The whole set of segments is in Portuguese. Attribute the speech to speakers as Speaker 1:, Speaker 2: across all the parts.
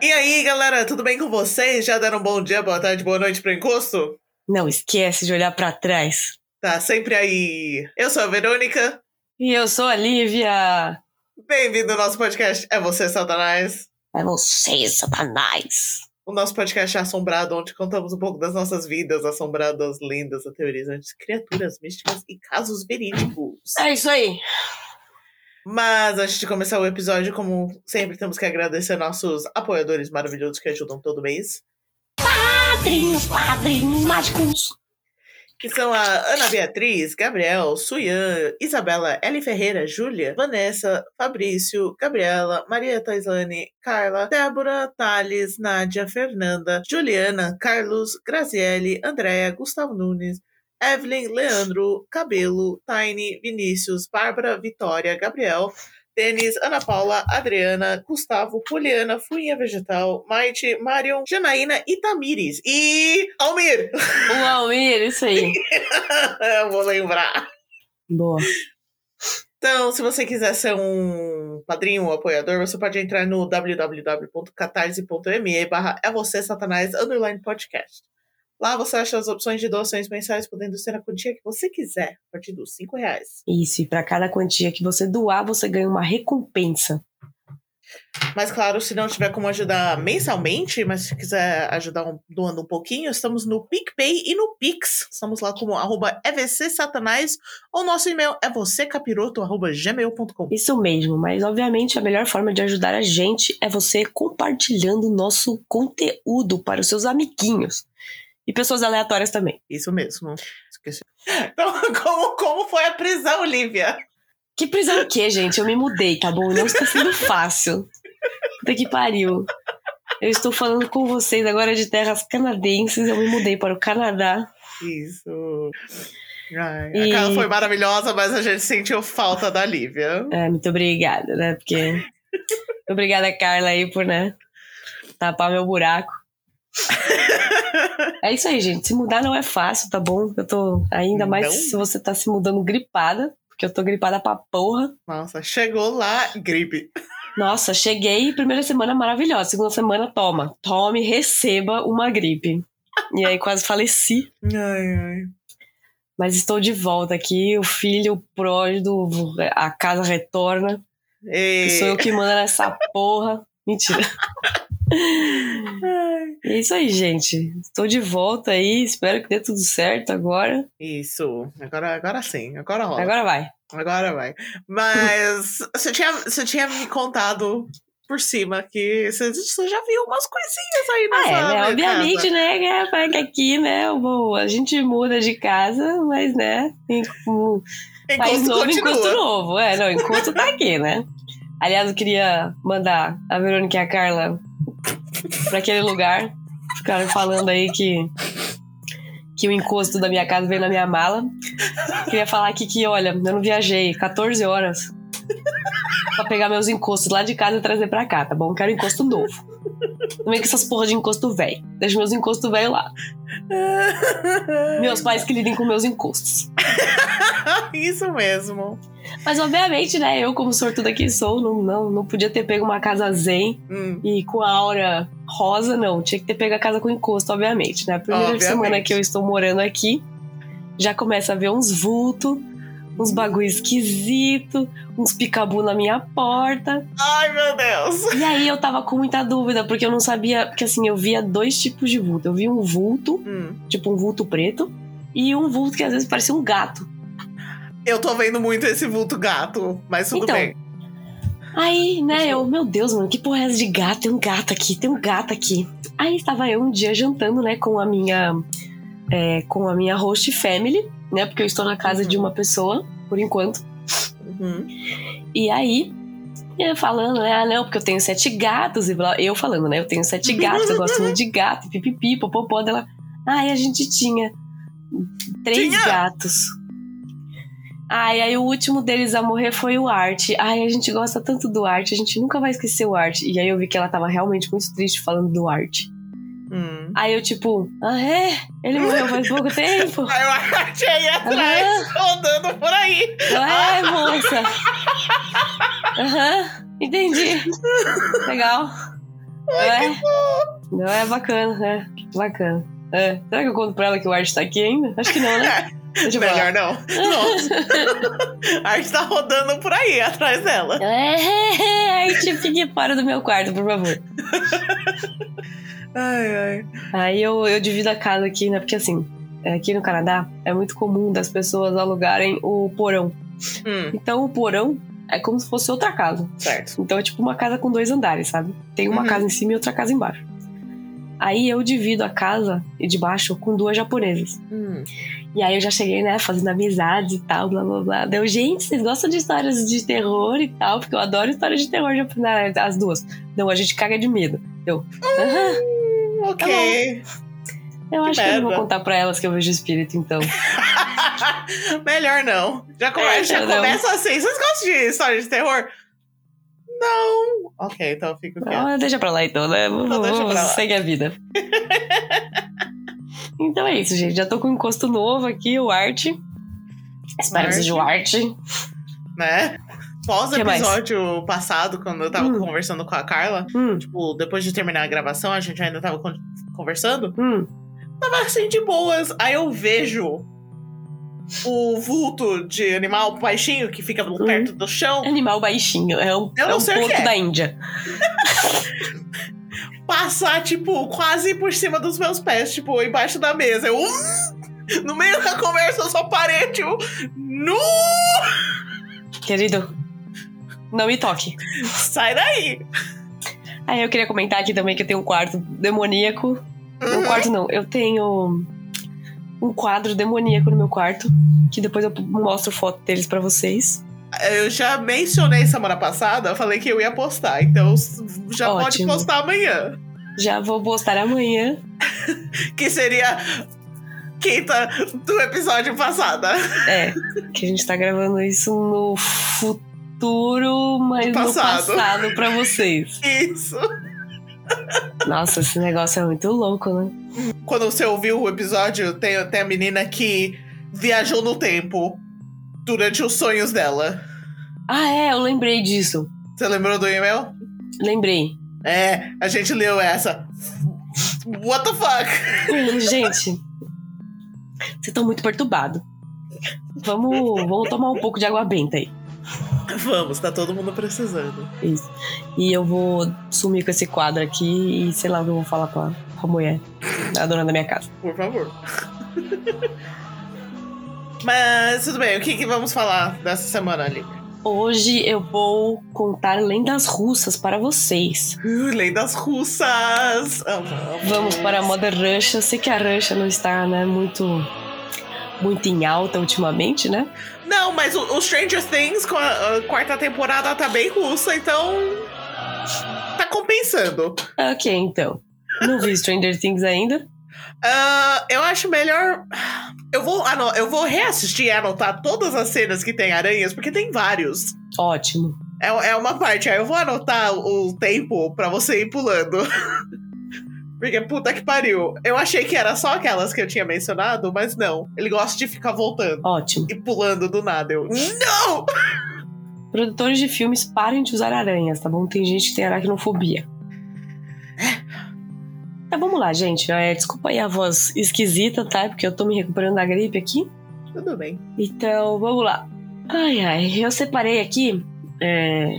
Speaker 1: E aí, galera, tudo bem com vocês? Já deram um bom dia, boa tarde, boa noite pro encosto?
Speaker 2: Não esquece de olhar pra trás.
Speaker 1: Tá sempre aí. Eu sou a Verônica.
Speaker 2: E eu sou a Lívia.
Speaker 1: Bem-vindo ao nosso podcast. É você, Satanás.
Speaker 2: É você, Satanás.
Speaker 1: O nosso podcast é assombrado, onde contamos um pouco das nossas vidas assombradas, lendas, aterrorizantes, criaturas místicas e casos verídicos.
Speaker 2: É isso aí.
Speaker 1: Mas antes de começar o episódio, como sempre, temos que agradecer nossos apoiadores maravilhosos que ajudam todo mês.
Speaker 2: Padrinhos, padrinhos mágicos.
Speaker 1: Que são a Ana Beatriz, Gabriel, Suyan, Isabela, Eli Ferreira, Júlia, Vanessa, Fabrício, Gabriela, Maria Taislane, Carla, Débora, Thales, Nádia, Fernanda, Juliana, Carlos, Graziele, Andréa, Gustavo Nunes, Evelyn, Leandro, Cabelo, Taine, Vinícius, Bárbara, Vitória, Gabriel, Denis, Ana Paula, Adriana, Gustavo, Poliana, Fuinha Vegetal, Maite, Marion, Janaína e Tamires. E Almir!
Speaker 2: O Almir, isso aí.
Speaker 1: Eu vou lembrar.
Speaker 2: Boa.
Speaker 1: Então, se você quiser ser um padrinho ou um apoiador, você pode entrar no www.catarse.me barra é você, satanás, underline podcast. Lá você acha as opções de doações mensais, podendo ser a quantia que você quiser, a partir dos 5 reais.
Speaker 2: Isso, e pra cada quantia que você doar, você ganha uma recompensa.
Speaker 1: Mas claro, se não tiver como ajudar mensalmente, mas se quiser ajudar um- doando um pouquinho, estamos no PicPay e no Pix. Estamos lá como arroba EVC Satanás, ou nosso e-mail é vocêcapiroto arroba gmail.com.
Speaker 2: Isso mesmo, mas obviamente a melhor forma de ajudar a gente é você compartilhando o nosso conteúdo para os seus amiguinhos. E pessoas aleatórias também.
Speaker 1: Isso mesmo. Esqueci. Então, como, como foi a prisão, Lívia?
Speaker 2: Que prisão o quê, gente? Eu me mudei, tá bom? Não está sendo fácil. Puta que pariu. Eu estou falando com vocês agora de terras canadenses. Eu me mudei para o Canadá.
Speaker 1: Isso. Ai,
Speaker 2: E-
Speaker 1: A casa foi maravilhosa, mas a gente sentiu falta da Lívia.
Speaker 2: É, muito obrigada, né? Porque. Muito obrigada, Carla, aí, por, né? Tapar meu buraco. É isso aí, gente. Se mudar não é fácil, tá bom? Eu tô. Ainda mais
Speaker 1: Não.
Speaker 2: se você tá se mudando gripada, porque eu tô gripada pra porra.
Speaker 1: Nossa, chegou lá, gripe.
Speaker 2: Nossa, cheguei, primeira semana maravilhosa, segunda semana toma, tome, receba uma gripe. E aí quase faleci,
Speaker 1: Ai, ai.
Speaker 2: mas estou de volta aqui, o filho, o pródigo, a casa retorna,
Speaker 1: E...
Speaker 2: sou eu que manda nessa porra. Mentira. E é isso aí, gente. Estou de volta aí, espero que dê tudo certo agora.
Speaker 1: Isso. Agora, agora sim, agora rola. Agora,
Speaker 2: Agora vai.
Speaker 1: vai. Mas você tinha, você tinha me contado por cima que você, você já viu umas coisinhas aí
Speaker 2: Ah,
Speaker 1: nessa
Speaker 2: é, né?
Speaker 1: minha
Speaker 2: Obviamente,
Speaker 1: casa.
Speaker 2: né? que- é Que aqui, né? eu vou- a gente muda de casa, mas, né? em- com- País
Speaker 1: Encosto
Speaker 2: novo,
Speaker 1: continua.
Speaker 2: encosto novo. É, não, encosto tá aqui, né? Aliás, eu queria mandar a Verônica e a Carla pra aquele lugar. Ficaram falando aí que, que o encosto da minha casa veio na minha mala. Queria falar aqui que, olha, eu não viajei 14 horas pra pegar meus encostos lá de casa e trazer pra cá, tá bom? Quero encosto novo. Não vem com essas porra de encosto velho. Deixa meus encostos velho lá. Meus pais que lidem com meus encostos.
Speaker 1: Isso mesmo.
Speaker 2: Mas obviamente, né? Eu, como sortuda que sou, não, não, não podia ter pego uma casa zen
Speaker 1: Hum,
Speaker 2: e com a aura rosa, não. Tinha que ter pego a casa com encosto, obviamente, né? A primeira
Speaker 1: Obviamente.
Speaker 2: semana que eu estou morando aqui, já começa a ver uns vultos, uns bagulho esquisito, uns picabu na minha porta.
Speaker 1: Ai, meu Deus.
Speaker 2: E aí eu tava com muita dúvida, porque eu não sabia. Porque assim, eu via dois tipos de vulto. Eu via um vulto,
Speaker 1: Hum.
Speaker 2: tipo um vulto preto, e um vulto que às vezes parecia um gato.
Speaker 1: Eu tô vendo muito esse vulto gato, mas tudo
Speaker 2: Então,
Speaker 1: bem.
Speaker 2: Aí, né, eu, meu Deus, mano, que porra é essa de gato? Tem um gato aqui, tem um gato aqui. Aí estava eu um dia jantando, né, com a minha. é, com a minha host family, né, porque eu estou na casa
Speaker 1: Uhum.
Speaker 2: de uma pessoa, por enquanto.
Speaker 1: Uhum.
Speaker 2: E aí, eu falando, né, ah, não, porque eu tenho sete gatos, e blá, eu falando, né, eu tenho sete gatos, eu gosto muito de gato, pipipi, popopó, dela. Aí a gente tinha três
Speaker 1: Tinha?
Speaker 2: gatos. Ai, aí o último deles a morrer foi o Art. Ai, a gente gosta tanto do Art, a gente nunca vai esquecer o Art. E aí eu vi que ela tava realmente muito triste falando do Art.
Speaker 1: Hum.
Speaker 2: Aí eu, tipo, ah, é? Ele morreu faz pouco tempo?
Speaker 1: Aí eu achei
Speaker 2: Ah.
Speaker 1: atrás, rodando por aí.
Speaker 2: Eu, é, moça. Aham, entendi. Legal. é. Não é bacana, né? Bacana. É. Será que eu conto pra ela que o Art tá aqui ainda? Acho que não, né? Deixa eu
Speaker 1: Melhor
Speaker 2: falar.
Speaker 1: não. Nossa.
Speaker 2: Ah.
Speaker 1: a arte tá rodando por aí, atrás dela.
Speaker 2: É, Art, fique fora do meu quarto, por favor.
Speaker 1: Ai, ai.
Speaker 2: Aí eu, eu divido a casa aqui, né? Porque assim, é, aqui no Canadá é muito comum das pessoas alugarem o porão.
Speaker 1: Hum,
Speaker 2: Então o porão é como se fosse outra casa.
Speaker 1: certo.
Speaker 2: Então é tipo uma casa com dois andares, sabe? Tem uma
Speaker 1: Uhum.
Speaker 2: casa em cima e outra casa embaixo. Aí eu divido a casa e de baixo com duas japonesas.
Speaker 1: Hum.
Speaker 2: E aí eu já cheguei, né, fazendo amizades e tal, blá blá blá. Deu, gente, vocês gostam de histórias de terror e tal, porque eu adoro histórias de terror japonesa, as duas. Não, a gente caga de medo. Eu, aham.
Speaker 1: Hum, ok.
Speaker 2: Eu
Speaker 1: Que
Speaker 2: acho que eu não vou
Speaker 1: merda.
Speaker 2: contar pra elas que eu vejo espírito, então. Tá
Speaker 1: Melhor não. Já, come-
Speaker 2: É,
Speaker 1: já
Speaker 2: não.
Speaker 1: começa assim. Vocês gostam de história de terror? Não. Ok, então eu fico quieto.
Speaker 2: Ah, deixa pra lá então, né? Vamos,
Speaker 1: Então deixa
Speaker 2: vamos,
Speaker 1: pra lá.
Speaker 2: segue a vida. então é isso, gente. Já tô com um encosto novo aqui, o arte. Espero que seja o arte.
Speaker 1: Né? Pós
Speaker 2: Que mais?
Speaker 1: episódio passado, quando eu tava
Speaker 2: Hum.
Speaker 1: conversando com a Carla,
Speaker 2: Hum,
Speaker 1: tipo, depois de terminar a gravação, a gente ainda tava con- conversando.
Speaker 2: hum.
Speaker 1: Tava assim de boas. Aí eu vejo o vulto de animal baixinho que fica
Speaker 2: Hum.
Speaker 1: perto do chão.
Speaker 2: Animal baixinho. É um,
Speaker 1: Eu não
Speaker 2: é um
Speaker 1: sei o que
Speaker 2: porco
Speaker 1: é.
Speaker 2: da Índia.
Speaker 1: passar, tipo, quase por cima dos meus pés, tipo, embaixo da mesa. Eu. "Hum!" No meio da conversa, eu só parei, tipo. Nu!
Speaker 2: Querido, não me toque.
Speaker 1: Sai daí!
Speaker 2: Aí eu queria comentar aqui também que eu tenho um quarto demoníaco. Um quarto não, eu tenho um quadro demoníaco no meu quarto. Que depois eu mostro foto deles pra vocês.
Speaker 1: Eu já mencionei semana passada, eu falei que eu ia postar, então s- já pode
Speaker 2: Ótimo.
Speaker 1: postar amanhã.
Speaker 2: Já vou postar amanhã.
Speaker 1: Que seria quinta do episódio passado.
Speaker 2: É, que a gente tá gravando isso no futuro, mas
Speaker 1: Passado.
Speaker 2: no passado pra vocês.
Speaker 1: Isso.
Speaker 2: Nossa, esse negócio é muito louco, né?
Speaker 1: Quando você ouviu o episódio, tem, tem a menina que viajou no tempo durante os sonhos dela.
Speaker 2: Ah, é, eu lembrei disso.
Speaker 1: Você lembrou do e-mail?
Speaker 2: Lembrei.
Speaker 1: É, a gente leu essa. What the fuck?
Speaker 2: Hum, gente, vocês estão muito perturbados. Vamos, vamos tomar um pouco de água benta aí.
Speaker 1: Vamos, tá todo mundo precisando.
Speaker 2: Isso. E eu vou sumir com esse quadro aqui e sei lá o que eu vou falar pra, pra mulher, a dona da minha casa.
Speaker 1: Por favor. Mas tudo bem, o que, que vamos falar dessa semana ali?
Speaker 2: Hoje eu vou contar lendas russas para vocês.
Speaker 1: Uh, lendas russas! Amo, amo.
Speaker 2: Vamos para a moda Rush. Eu sei que a Rush não está, né, muito muito em alta ultimamente, né?
Speaker 1: Não, mas o, o Stranger Things com a, a quarta temporada tá bem russa, então. Tá compensando.
Speaker 2: OK, então. Não vi Stranger Things ainda.
Speaker 1: Ah, eu acho melhor. Eu vou, ano- eu vou reassistir e anotar todas as cenas que tem aranhas, porque tem vários.
Speaker 2: Ótimo.
Speaker 1: É, é uma parte. Aí eu vou anotar o tempo pra você ir pulando. Porque puta que pariu. Eu achei que era só aquelas que eu tinha mencionado, mas não. Ele gosta de ficar voltando
Speaker 2: Ótimo.
Speaker 1: e pulando do nada. Eu. Não!
Speaker 2: Produtores de filmes, parem de usar aranhas, tá bom? Tem gente que tem aracnofobia. Tá, vamos lá, gente. É, desculpa aí a voz esquisita, tá? Porque eu tô me recuperando da gripe aqui.
Speaker 1: Tudo bem.
Speaker 2: Então, vamos lá. Ai, ai. Eu separei aqui. É...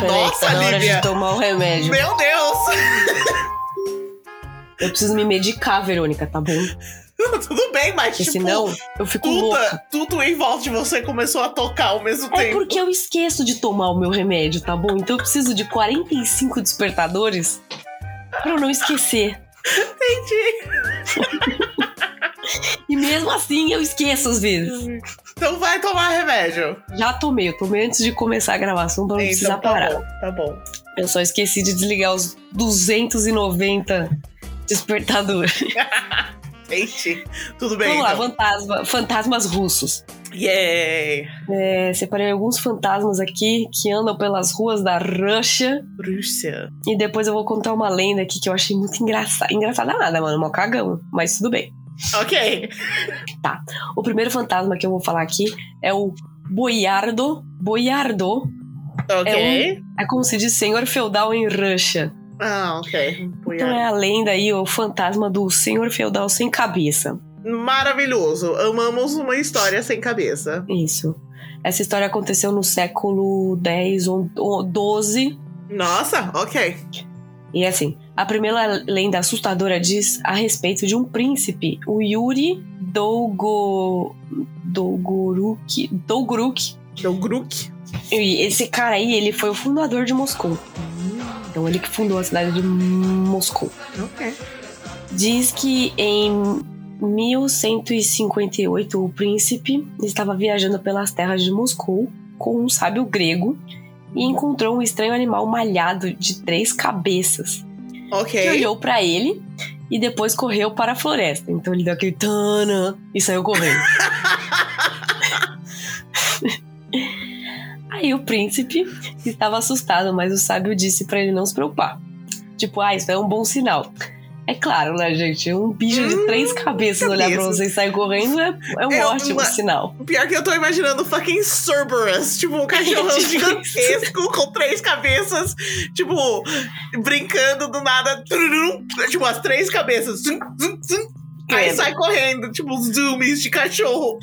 Speaker 2: Peraí,
Speaker 1: Nossa,
Speaker 2: tá na hora
Speaker 1: Lívia.
Speaker 2: de tomar o remédio.
Speaker 1: Meu Deus!
Speaker 2: Eu preciso me medicar, Verônica, tá bom?
Speaker 1: Tudo bem, mas
Speaker 2: Porque
Speaker 1: tipo,
Speaker 2: senão eu fico
Speaker 1: tudo,
Speaker 2: louca.
Speaker 1: tudo em volta de você começou a tocar ao mesmo
Speaker 2: É
Speaker 1: tempo.
Speaker 2: porque eu esqueço de tomar o meu remédio, tá bom? Então eu preciso de 45 despertadores pra eu não esquecer.
Speaker 1: Entendi.
Speaker 2: E mesmo assim eu esqueço às vezes.
Speaker 1: Então vai tomar remédio.
Speaker 2: Já tomei, eu tomei antes de começar a gravação pra não precisar
Speaker 1: então, tá
Speaker 2: parar.
Speaker 1: bom, tá bom.
Speaker 2: Eu só esqueci de desligar os 290 despertadores.
Speaker 1: Entendi. Tudo bem.
Speaker 2: Vamos lá,
Speaker 1: então.
Speaker 2: fantasma, fantasmas russos.
Speaker 1: Yay!
Speaker 2: É, separei alguns fantasmas aqui que andam pelas ruas da Rússia.
Speaker 1: Rússia.
Speaker 2: E depois eu vou contar uma lenda aqui que eu achei muito engraçada. Engraçada nada, mano, mó cagão, mas tudo bem.
Speaker 1: Ok.
Speaker 2: O primeiro fantasma que eu vou falar aqui é o Boiardo, Boiardo
Speaker 1: Ok.
Speaker 2: É como se diz senhor feudal em Russia.
Speaker 1: Ah, ok.
Speaker 2: Então é a lenda aí, o fantasma do senhor feudal sem cabeça.
Speaker 1: Maravilhoso. Amamos uma história sem cabeça.
Speaker 2: Isso. Essa história aconteceu no século X ou 12
Speaker 1: Nossa, ok.
Speaker 2: E assim, a primeira lenda assustadora diz a respeito de um príncipe, o Yuri Dolgo... Dolgoruk... Dolgoruk.
Speaker 1: Deu Grook.
Speaker 2: E esse cara aí, ele foi o fundador de Moscou. Então ele que fundou a cidade de Moscou.
Speaker 1: Ok.
Speaker 2: Diz que em 1158 o príncipe estava viajando pelas terras de Moscou com um sábio grego e encontrou um estranho animal malhado de três cabeças que
Speaker 1: Ok.
Speaker 2: olhou pra ele e depois correu para a floresta. Então ele deu aquele tana e saiu correndo. Aí o príncipe estava assustado, mas o sábio disse pra ele não se preocupar. Tipo, ah, isso é um bom sinal. É claro, né, gente? Um bicho de
Speaker 1: Hum,
Speaker 2: três cabeças olhar pra
Speaker 1: cabeças.
Speaker 2: você e sair correndo é, é um
Speaker 1: É
Speaker 2: ótimo
Speaker 1: uma-
Speaker 2: sinal.
Speaker 1: Pior que eu tô imaginando fucking Cerberus, tipo um cachorrão
Speaker 2: tipo
Speaker 1: gigantesco com três cabeças, tipo, brincando do nada, tururum, tipo, as três cabeças, zum, zum, zum, aí
Speaker 2: Credo.
Speaker 1: sai correndo, tipo, os zoomies de cachorro.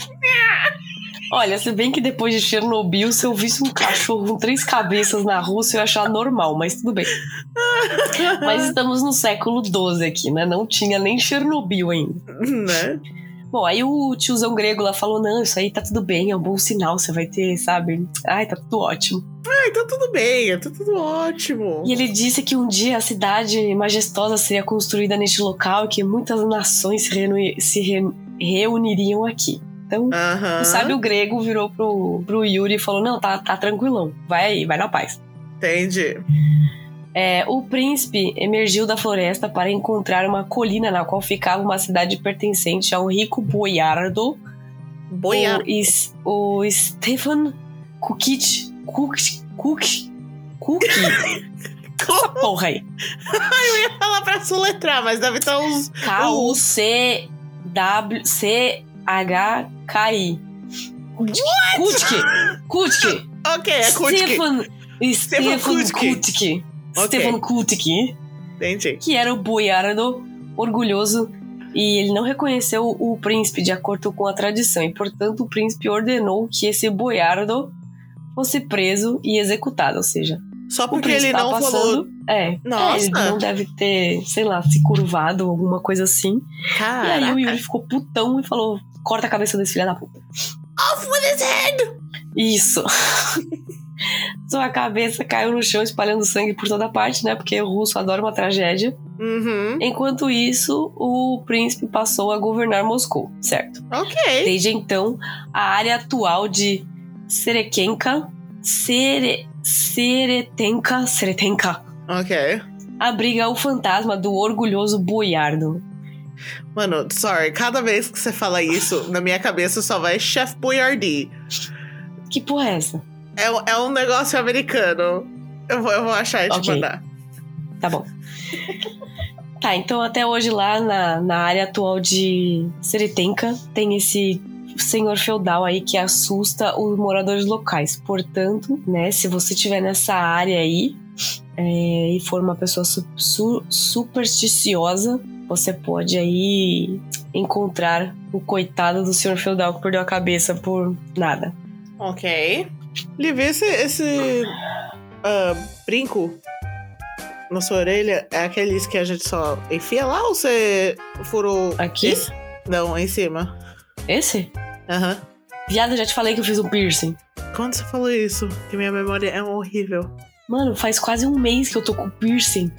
Speaker 2: Olha, se bem que depois de Chernobyl, se eu visse um cachorro com três cabeças na Rússia, eu ia achar normal, mas tudo bem. Mas estamos no século XII aqui, né? Não tinha nem Chernobyl ainda.
Speaker 1: né?
Speaker 2: Bom, aí o tiozão grego lá falou: não, isso aí tá tudo bem, é um bom sinal, você vai ter, sabe? Ai, tá tudo ótimo.
Speaker 1: Ah, então tudo bem, tá tudo ótimo.
Speaker 2: E ele disse que um dia a cidade majestosa seria construída neste local e que muitas nações se, reuni- se re- reuniriam aqui. Então,
Speaker 1: Aham.
Speaker 2: o sábio grego virou pro, pro Yuri e falou: não, tá, tá tranquilão, vai aí, vai na paz.
Speaker 1: Entendi.
Speaker 2: É, o príncipe emergiu da floresta para encontrar uma colina na qual ficava uma cidade pertencente a um rico boiardo,
Speaker 1: Boia.
Speaker 2: o, is, o Stefan Kukic. Kuk, Kuk, Kuk. Essa porra aí.
Speaker 1: Falar pra soletrar, mas deve estar uns.
Speaker 2: K-U-C-W-C-H-K-I. Kutki. Kutki.
Speaker 1: Ok, é Kutki.
Speaker 2: Stefan. Stefan
Speaker 1: Kutki.
Speaker 2: Kutki.
Speaker 1: Ok.
Speaker 2: Stefan Kutki.
Speaker 1: Entendi.
Speaker 2: que era o boiardo orgulhoso e ele não reconheceu o príncipe de acordo com a tradição e portanto o príncipe ordenou que esse boiardo fosse preso e executado, ou seja,
Speaker 1: Só
Speaker 2: o
Speaker 1: porque
Speaker 2: príncipe
Speaker 1: ele
Speaker 2: tava
Speaker 1: não falou.
Speaker 2: passando, é,
Speaker 1: Nossa.
Speaker 2: é, ele não deve ter, sei lá, se curvado alguma coisa assim. E aí
Speaker 1: Cara.
Speaker 2: o Yuri ficou putão e falou: "Corta a cabeça desse filho da puta".
Speaker 1: Off with his head!
Speaker 2: Isso. Sua cabeça caiu no chão espalhando sangue por toda parte, né? Porque o russo adora uma tragédia.
Speaker 1: Uhum.
Speaker 2: Enquanto isso, o príncipe passou a governar Moscou, certo?
Speaker 1: Ok.
Speaker 2: Desde então, a área atual de Serekenka, Sere, Seretenka, Seretenka,
Speaker 1: Ok.
Speaker 2: abriga o fantasma do orgulhoso boiardo.
Speaker 1: Mano, sorry, cada vez que você fala isso, na minha cabeça só vai Chef Boyardee.
Speaker 2: Que porra é essa?
Speaker 1: É, um- é um negócio americano. Eu vou, eu vou achar e te
Speaker 2: Ok.
Speaker 1: mandar.
Speaker 2: Tá bom. tá, então até hoje lá na, na área atual de Seretenka tem esse senhor feudal aí que assusta os moradores locais. Portanto, né, se você estiver nessa área aí é, e for uma pessoa su- su- supersticiosa, você pode aí encontrar o coitado do senhor feudal que perdeu a cabeça por nada.
Speaker 1: Ok. Ele vê esse, esse ah, brinco na sua orelha. É aqueles que a gente só enfia lá ou você furou.
Speaker 2: Aqui?
Speaker 1: Esse? Não, em cima.
Speaker 2: Esse?
Speaker 1: Aham.
Speaker 2: Viado, eu já te falei que eu fiz um piercing.
Speaker 1: Quando você falou isso, que minha memória é horrível.
Speaker 2: Mano, faz quase um mês que eu tô com piercing.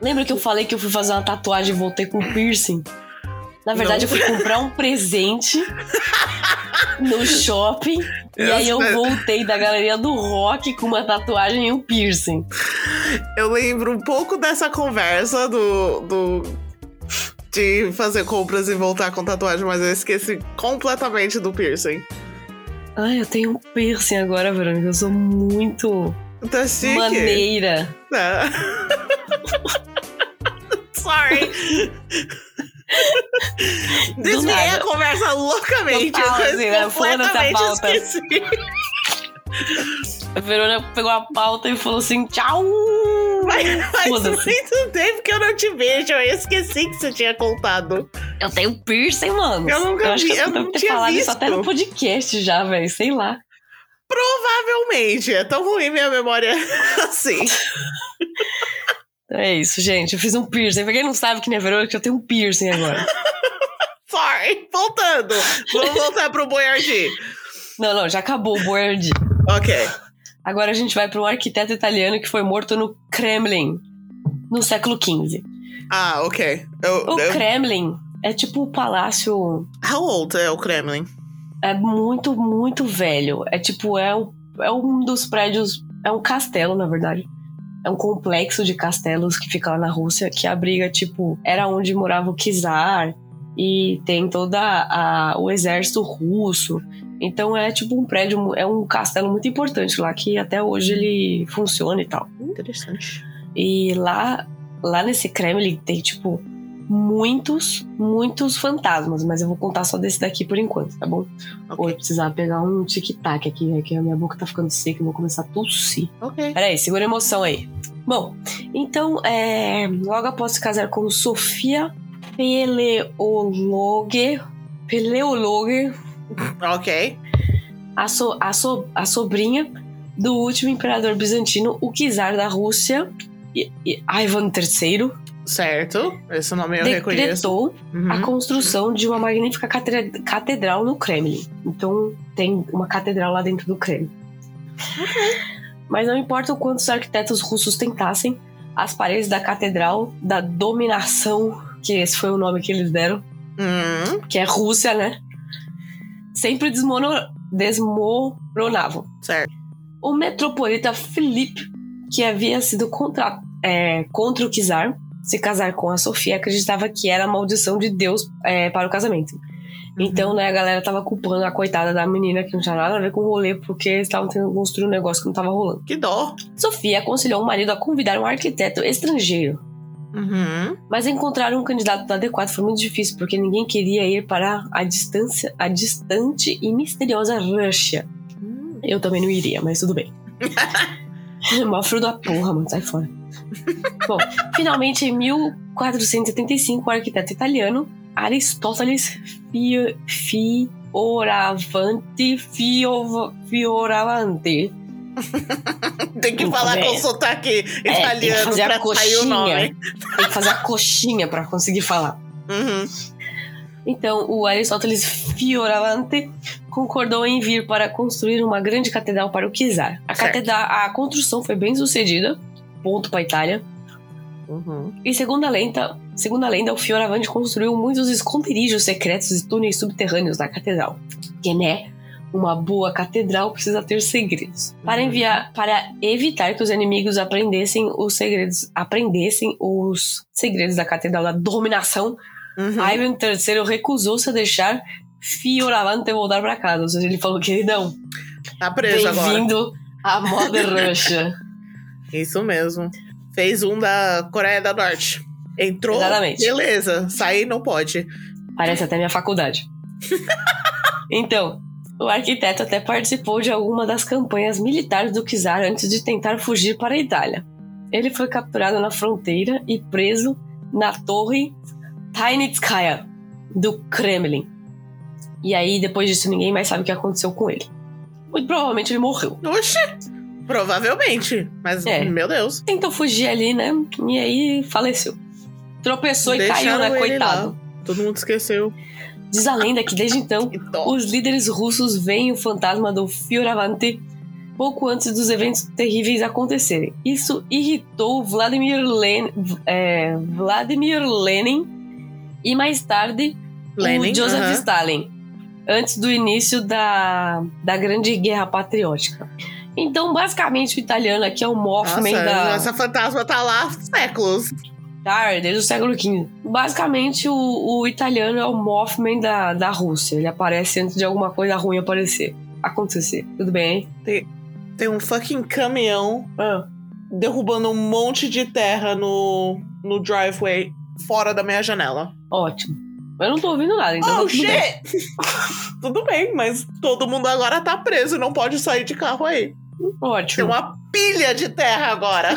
Speaker 2: Lembra que eu falei que eu fui fazer uma tatuagem e voltei com piercing? Na verdade,
Speaker 1: Não.
Speaker 2: eu fui comprar um presente no shopping. e aí eu
Speaker 1: Nossa.
Speaker 2: voltei da galeria do rock com uma tatuagem e um piercing.
Speaker 1: Eu lembro um pouco dessa conversa do, do de fazer compras e voltar com tatuagem, mas eu esqueci completamente do piercing.
Speaker 2: Ai, eu tenho um piercing agora, Verônica. Eu sou muito
Speaker 1: Tá chique.
Speaker 2: maneira.
Speaker 1: Né? Sorry. Desviei a
Speaker 2: nada.
Speaker 1: conversa loucamente.
Speaker 2: Total,
Speaker 1: mas
Speaker 2: assim, né? Foda-se a
Speaker 1: completamente
Speaker 2: pauta.
Speaker 1: esqueci.
Speaker 2: A Verônica pegou a pauta e falou assim: tchau!
Speaker 1: Mas faz
Speaker 2: Foda-se.
Speaker 1: muito tempo que eu não te vejo. Eu esqueci que você tinha contado.
Speaker 2: Eu tenho piercing, mano.
Speaker 1: Eu nunca
Speaker 2: acho
Speaker 1: vi,
Speaker 2: que
Speaker 1: eu
Speaker 2: devo
Speaker 1: não
Speaker 2: ter
Speaker 1: tinha
Speaker 2: falado isso
Speaker 1: visto.
Speaker 2: até no podcast já, velho. Sei lá.
Speaker 1: Provavelmente. É tão ruim minha memória assim.
Speaker 2: É isso, gente. Eu fiz um piercing. Pra quem não sabe que nem a Verônica, eu tenho um piercing agora.
Speaker 1: Sorry. Voltando. Vamos voltar pro Boiardi.
Speaker 2: não, não, já acabou o board.
Speaker 1: Ok.
Speaker 2: Agora a gente vai pra um arquiteto italiano que foi morto no Kremlin, no século XV.
Speaker 1: Ah, ok. Eu,
Speaker 2: O
Speaker 1: eu-
Speaker 2: Kremlin é tipo o palácio
Speaker 1: How old é o Kremlin?
Speaker 2: É muito, muito velho. É tipo, é um, é um dos prédios. É um castelo, na verdade. É um complexo de castelos que fica lá na Rússia, que abriga, tipo, era onde morava o czar e tem toda a, o exército russo. Então é tipo um prédio, é um castelo muito importante lá que até hoje ele funciona e tal.
Speaker 1: Interessante.
Speaker 2: E lá, lá nesse Kremlin tem, tipo, muitos, muitos fantasmas. Mas eu vou contar só desse daqui por enquanto, tá bom? Ou eu
Speaker 1: Ok.
Speaker 2: precisava pegar um tic-tac aqui, né? Que a minha boca tá ficando seca, eu vou começar a tossir.
Speaker 1: Ok.
Speaker 2: Peraí, segura a emoção aí. Bom, então, é, logo após se casar com Sofia Peleologue, Peleologue,
Speaker 1: Ok.
Speaker 2: a, so- a so- a sobrinha do último imperador bizantino, o czar da Rússia, I- I- Ivan III,
Speaker 1: Certo. Esse nome eu reconheço.
Speaker 2: decretou
Speaker 1: Uhum.
Speaker 2: a construção de uma magnífica catre- catedral no Kremlin. Então tem uma catedral lá dentro do Kremlin. Mas não importa o quanto os arquitetos russos tentassem, as paredes da catedral da dominação, que esse foi o nome que eles deram,
Speaker 1: Hum,
Speaker 2: que é Rússia, né? Sempre desmono- desmoronavam.
Speaker 1: certo.
Speaker 2: O metropolita Filipe, que havia sido contra, é, contra o czar se casar com a Sofia, acreditava que era a maldição de Deus é, para o casamento. Então, né, a galera tava culpando a coitada da menina que não tinha nada a ver com o rolê, porque eles estavam tentando construir um negócio que não tava rolando.
Speaker 1: Que dó.
Speaker 2: Sofia aconselhou o marido a convidar um arquiteto estrangeiro,
Speaker 1: Uhum.
Speaker 2: mas encontrar um candidato adequado foi muito difícil, porque ninguém queria ir para a distância, a distante e misteriosa Rússia.
Speaker 1: Hum.
Speaker 2: Eu também não iria, mas tudo bem. Mó frio da porra, mano, sai fora. Bom, finalmente em 1485, o arquiteto italiano Aristóteles Fi- Fioravanti Fiova- Fioravanti.
Speaker 1: Tem que
Speaker 2: Hum,
Speaker 1: falar com
Speaker 2: é.
Speaker 1: sotaque
Speaker 2: É, tem que
Speaker 1: italiano
Speaker 2: fazer a
Speaker 1: pra sair o
Speaker 2: coxinha.
Speaker 1: nome.
Speaker 2: Tem que fazer a coxinha pra conseguir falar.
Speaker 1: Uhum.
Speaker 2: Então, o Aristóteles Fioravante concordou em vir para construir uma grande catedral para o Kizar. A,
Speaker 1: Certo.
Speaker 2: catedral, a construção foi bem sucedida, ponto para a Itália.
Speaker 1: Uhum.
Speaker 2: E segundo a lenda, segundo a lenda, o Fioravante construiu muitos esconderijos secretos e túneis subterrâneos na catedral. Que né? Uma boa catedral precisa ter segredos. Para
Speaker 1: Uhum.
Speaker 2: enviar, para evitar que os inimigos aprendessem os segredos, aprendessem os segredos da catedral da dominação,
Speaker 1: Uhum.
Speaker 2: Ivan III recusou-se a deixar Fioravante voltar pra casa. Ou seja, ele falou, queridão,
Speaker 1: Tá preso agora.
Speaker 2: bem-vindo à moda Russia.
Speaker 1: Isso mesmo. Fez um da Coreia da Norte. Entrou,
Speaker 2: Exatamente.
Speaker 1: beleza. Sair não pode.
Speaker 2: Parece até minha faculdade. então, o arquiteto até participou de alguma das campanhas militares do czar antes de tentar fugir para a Itália. Ele foi capturado na fronteira e preso na torre Tainitskaya do Kremlin. E aí, depois disso, ninguém mais sabe o que aconteceu com ele. Muito provavelmente ele morreu.
Speaker 1: Oxi! Provavelmente. Mas,
Speaker 2: É.
Speaker 1: meu Deus.
Speaker 2: tentou fugir ali, né? E aí faleceu. Tropeçou e caiu,
Speaker 1: Deixaram
Speaker 2: né?
Speaker 1: ele
Speaker 2: Coitado.
Speaker 1: Todo mundo esqueceu.
Speaker 2: Diz a lenda que desde então
Speaker 1: Que dó.
Speaker 2: os líderes russos veem o fantasma do Fioravante pouco antes dos eventos terríveis acontecerem. Isso irritou Vladimir Lenin, é, Vladimir Lenin e mais tarde
Speaker 1: Lenin,
Speaker 2: o Joseph
Speaker 1: aham.
Speaker 2: Stalin, antes do início da, da Grande Guerra Patriótica. Então, basicamente, o italiano aqui é o
Speaker 1: Nossa,
Speaker 2: Mothman da...
Speaker 1: essa fantasma tá lá há séculos.
Speaker 2: Tar, desde o século XV. Basicamente, o, o italiano é o Mothman da, da Rússia. Ele aparece antes de alguma coisa ruim aparecer. Acontecer. Tudo bem, hein? Ah,
Speaker 1: Tem um fucking caminhão derrubando um monte de terra no, no driveway fora da minha janela.
Speaker 2: Ótimo. Eu não tô ouvindo nada, então tá
Speaker 1: oh,
Speaker 2: tudo
Speaker 1: shit!
Speaker 2: bem.
Speaker 1: tudo bem, mas todo mundo agora tá preso, não pode sair de carro aí. Tem
Speaker 2: Ótimo.
Speaker 1: uma pilha de terra agora.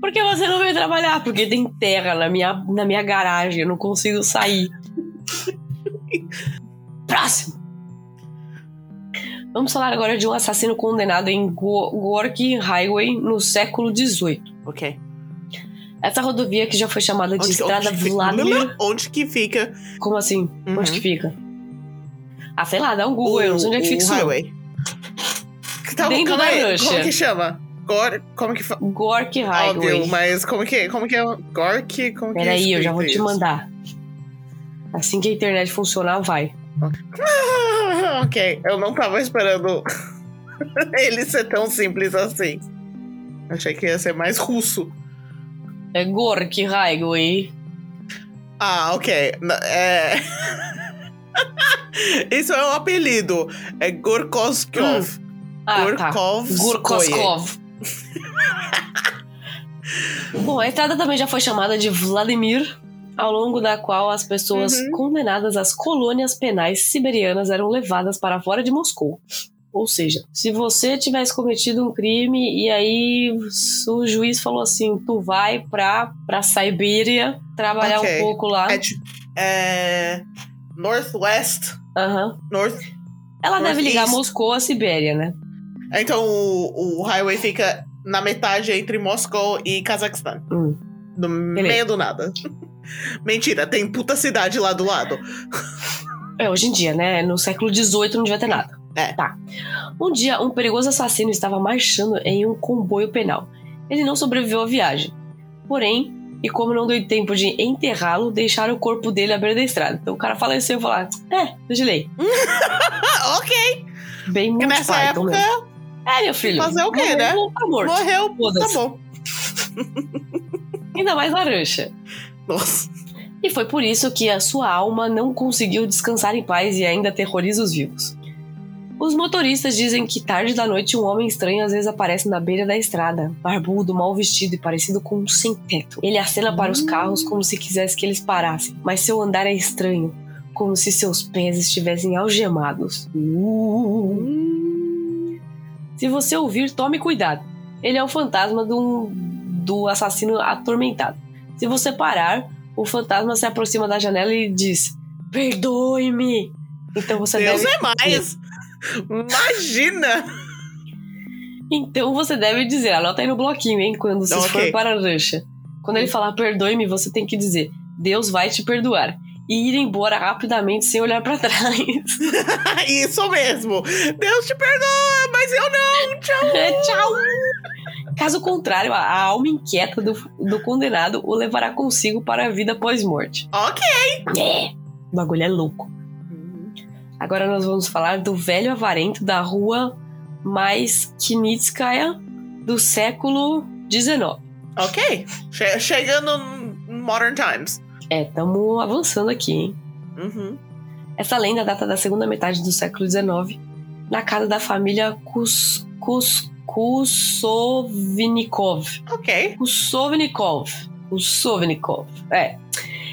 Speaker 2: Por que você não veio trabalhar? Porque tem terra na minha, na minha garagem, eu não consigo sair. Próximo! Vamos falar agora de um assassino condenado em Go- Gorky Highway no século XVIII.
Speaker 1: Ok.
Speaker 2: Essa rodovia que já foi chamada de
Speaker 1: que-
Speaker 2: Estrada
Speaker 1: que fica-
Speaker 2: Vladimir.
Speaker 1: Onde que fica?
Speaker 2: Como assim?
Speaker 1: Uhum.
Speaker 2: Onde que fica? Ah, sei lá, dá um Google, eu não sei onde é que fica
Speaker 1: o
Speaker 2: isso. não.
Speaker 1: highway. Que tal-
Speaker 2: Dentro
Speaker 1: calma
Speaker 2: da
Speaker 1: aí,
Speaker 2: Rússia.
Speaker 1: Como que chama? Gor... Como que fala?
Speaker 2: Gorky
Speaker 1: Ah,
Speaker 2: Highway.
Speaker 1: deu, mas como que, como que é? Gork? Como que é
Speaker 2: Peraí, eu já
Speaker 1: escrito
Speaker 2: vou te
Speaker 1: isso?
Speaker 2: mandar. Assim que a internet funcionar, vai.
Speaker 1: Ah, ok, eu não tava esperando ele ser tão simples assim. Achei que ia ser mais russo.
Speaker 2: É Gorky Highway.
Speaker 1: Ah, ok. N- É... Isso é um apelido. É Gorkoskov.
Speaker 2: Ah, tá.
Speaker 1: Gorkovskoye.
Speaker 2: Gorkoskov. Bom, a estrada também já foi chamada de Vladimir, ao longo da qual as pessoas
Speaker 1: Uhum.
Speaker 2: condenadas às colônias penais siberianas eram levadas para fora de Moscou. Ou seja, se você tivesse cometido um crime e aí o juiz falou assim, tu vai pra, pra Sibéria trabalhar
Speaker 1: Ok.
Speaker 2: um pouco lá.
Speaker 1: É, ti- é... Northwest.
Speaker 2: Aham.
Speaker 1: North...
Speaker 2: Ela deve
Speaker 1: Northeast.
Speaker 2: ligar Moscou à Sibéria, né?
Speaker 1: Então o, o highway fica na metade entre Moscou e Cazaquistão.
Speaker 2: Hum.
Speaker 1: No meio do nada. Mentira, tem puta cidade lá do lado.
Speaker 2: É, hoje em dia, né? No século XVIII não devia ter nada.
Speaker 1: É.
Speaker 2: Tá. Um dia, um perigoso assassino estava marchando em um comboio penal. Ele não sobreviveu à viagem. Porém, e como não deu tempo de enterrá-lo, deixaram o corpo dele à beira da estrada. Então o cara faleceu e falou: "Ah, É, deixa ele aí.
Speaker 1: Ah, ok,
Speaker 2: Bem
Speaker 1: porque
Speaker 2: muito
Speaker 1: nessa época
Speaker 2: É, meu filho.
Speaker 1: fazer o quê,
Speaker 2: morreu,
Speaker 1: né?
Speaker 2: Tá morto.
Speaker 1: morreu, tá
Speaker 2: Foda-se.
Speaker 1: bom.
Speaker 2: Ainda mais laranja.
Speaker 1: Nossa.
Speaker 2: E foi por isso que a sua alma não conseguiu descansar em paz e ainda aterroriza os vivos. Os motoristas dizem que tarde da noite um homem estranho às vezes aparece na beira da estrada, barbudo, mal vestido e parecido com um sem-teto. Ele acena para os
Speaker 1: Hum.
Speaker 2: carros como se quisesse que eles parassem, mas seu andar é estranho, como se seus pés estivessem algemados. Uh. Se você ouvir, tome cuidado. Ele é o fantasma do, do assassino atormentado. Se você parar, o fantasma se aproxima da janela e diz: Perdoe-me! Então você
Speaker 1: Deus
Speaker 2: deve.
Speaker 1: é mais. Imagina.
Speaker 2: Então você deve dizer, anota aí no bloquinho, hein? Quando vocês
Speaker 1: Ok.
Speaker 2: forem para a Russia. Quando ele falar perdoe-me, você tem que dizer Deus vai te perdoar. E ir embora rapidamente sem olhar pra trás.
Speaker 1: Isso mesmo. Deus te perdoa, mas eu não. Tchau.
Speaker 2: É, Tchau! Caso contrário, a alma inquieta do, do condenado o levará consigo para a vida pós-morte.
Speaker 1: Ok.
Speaker 2: É. O bagulho é louco. Agora nós vamos falar do velho avarento da rua mais Kinitskaya do século XIX.
Speaker 1: Ok. Che- chegando no Modern Times.
Speaker 2: É, estamos avançando aqui, hein?
Speaker 1: Uhum.
Speaker 2: Essa lenda data da segunda metade do século XIX, na casa da família Kus, Kus, Kusovnikov.
Speaker 1: Ok.
Speaker 2: Kusovnikov. Kusovnikov. É.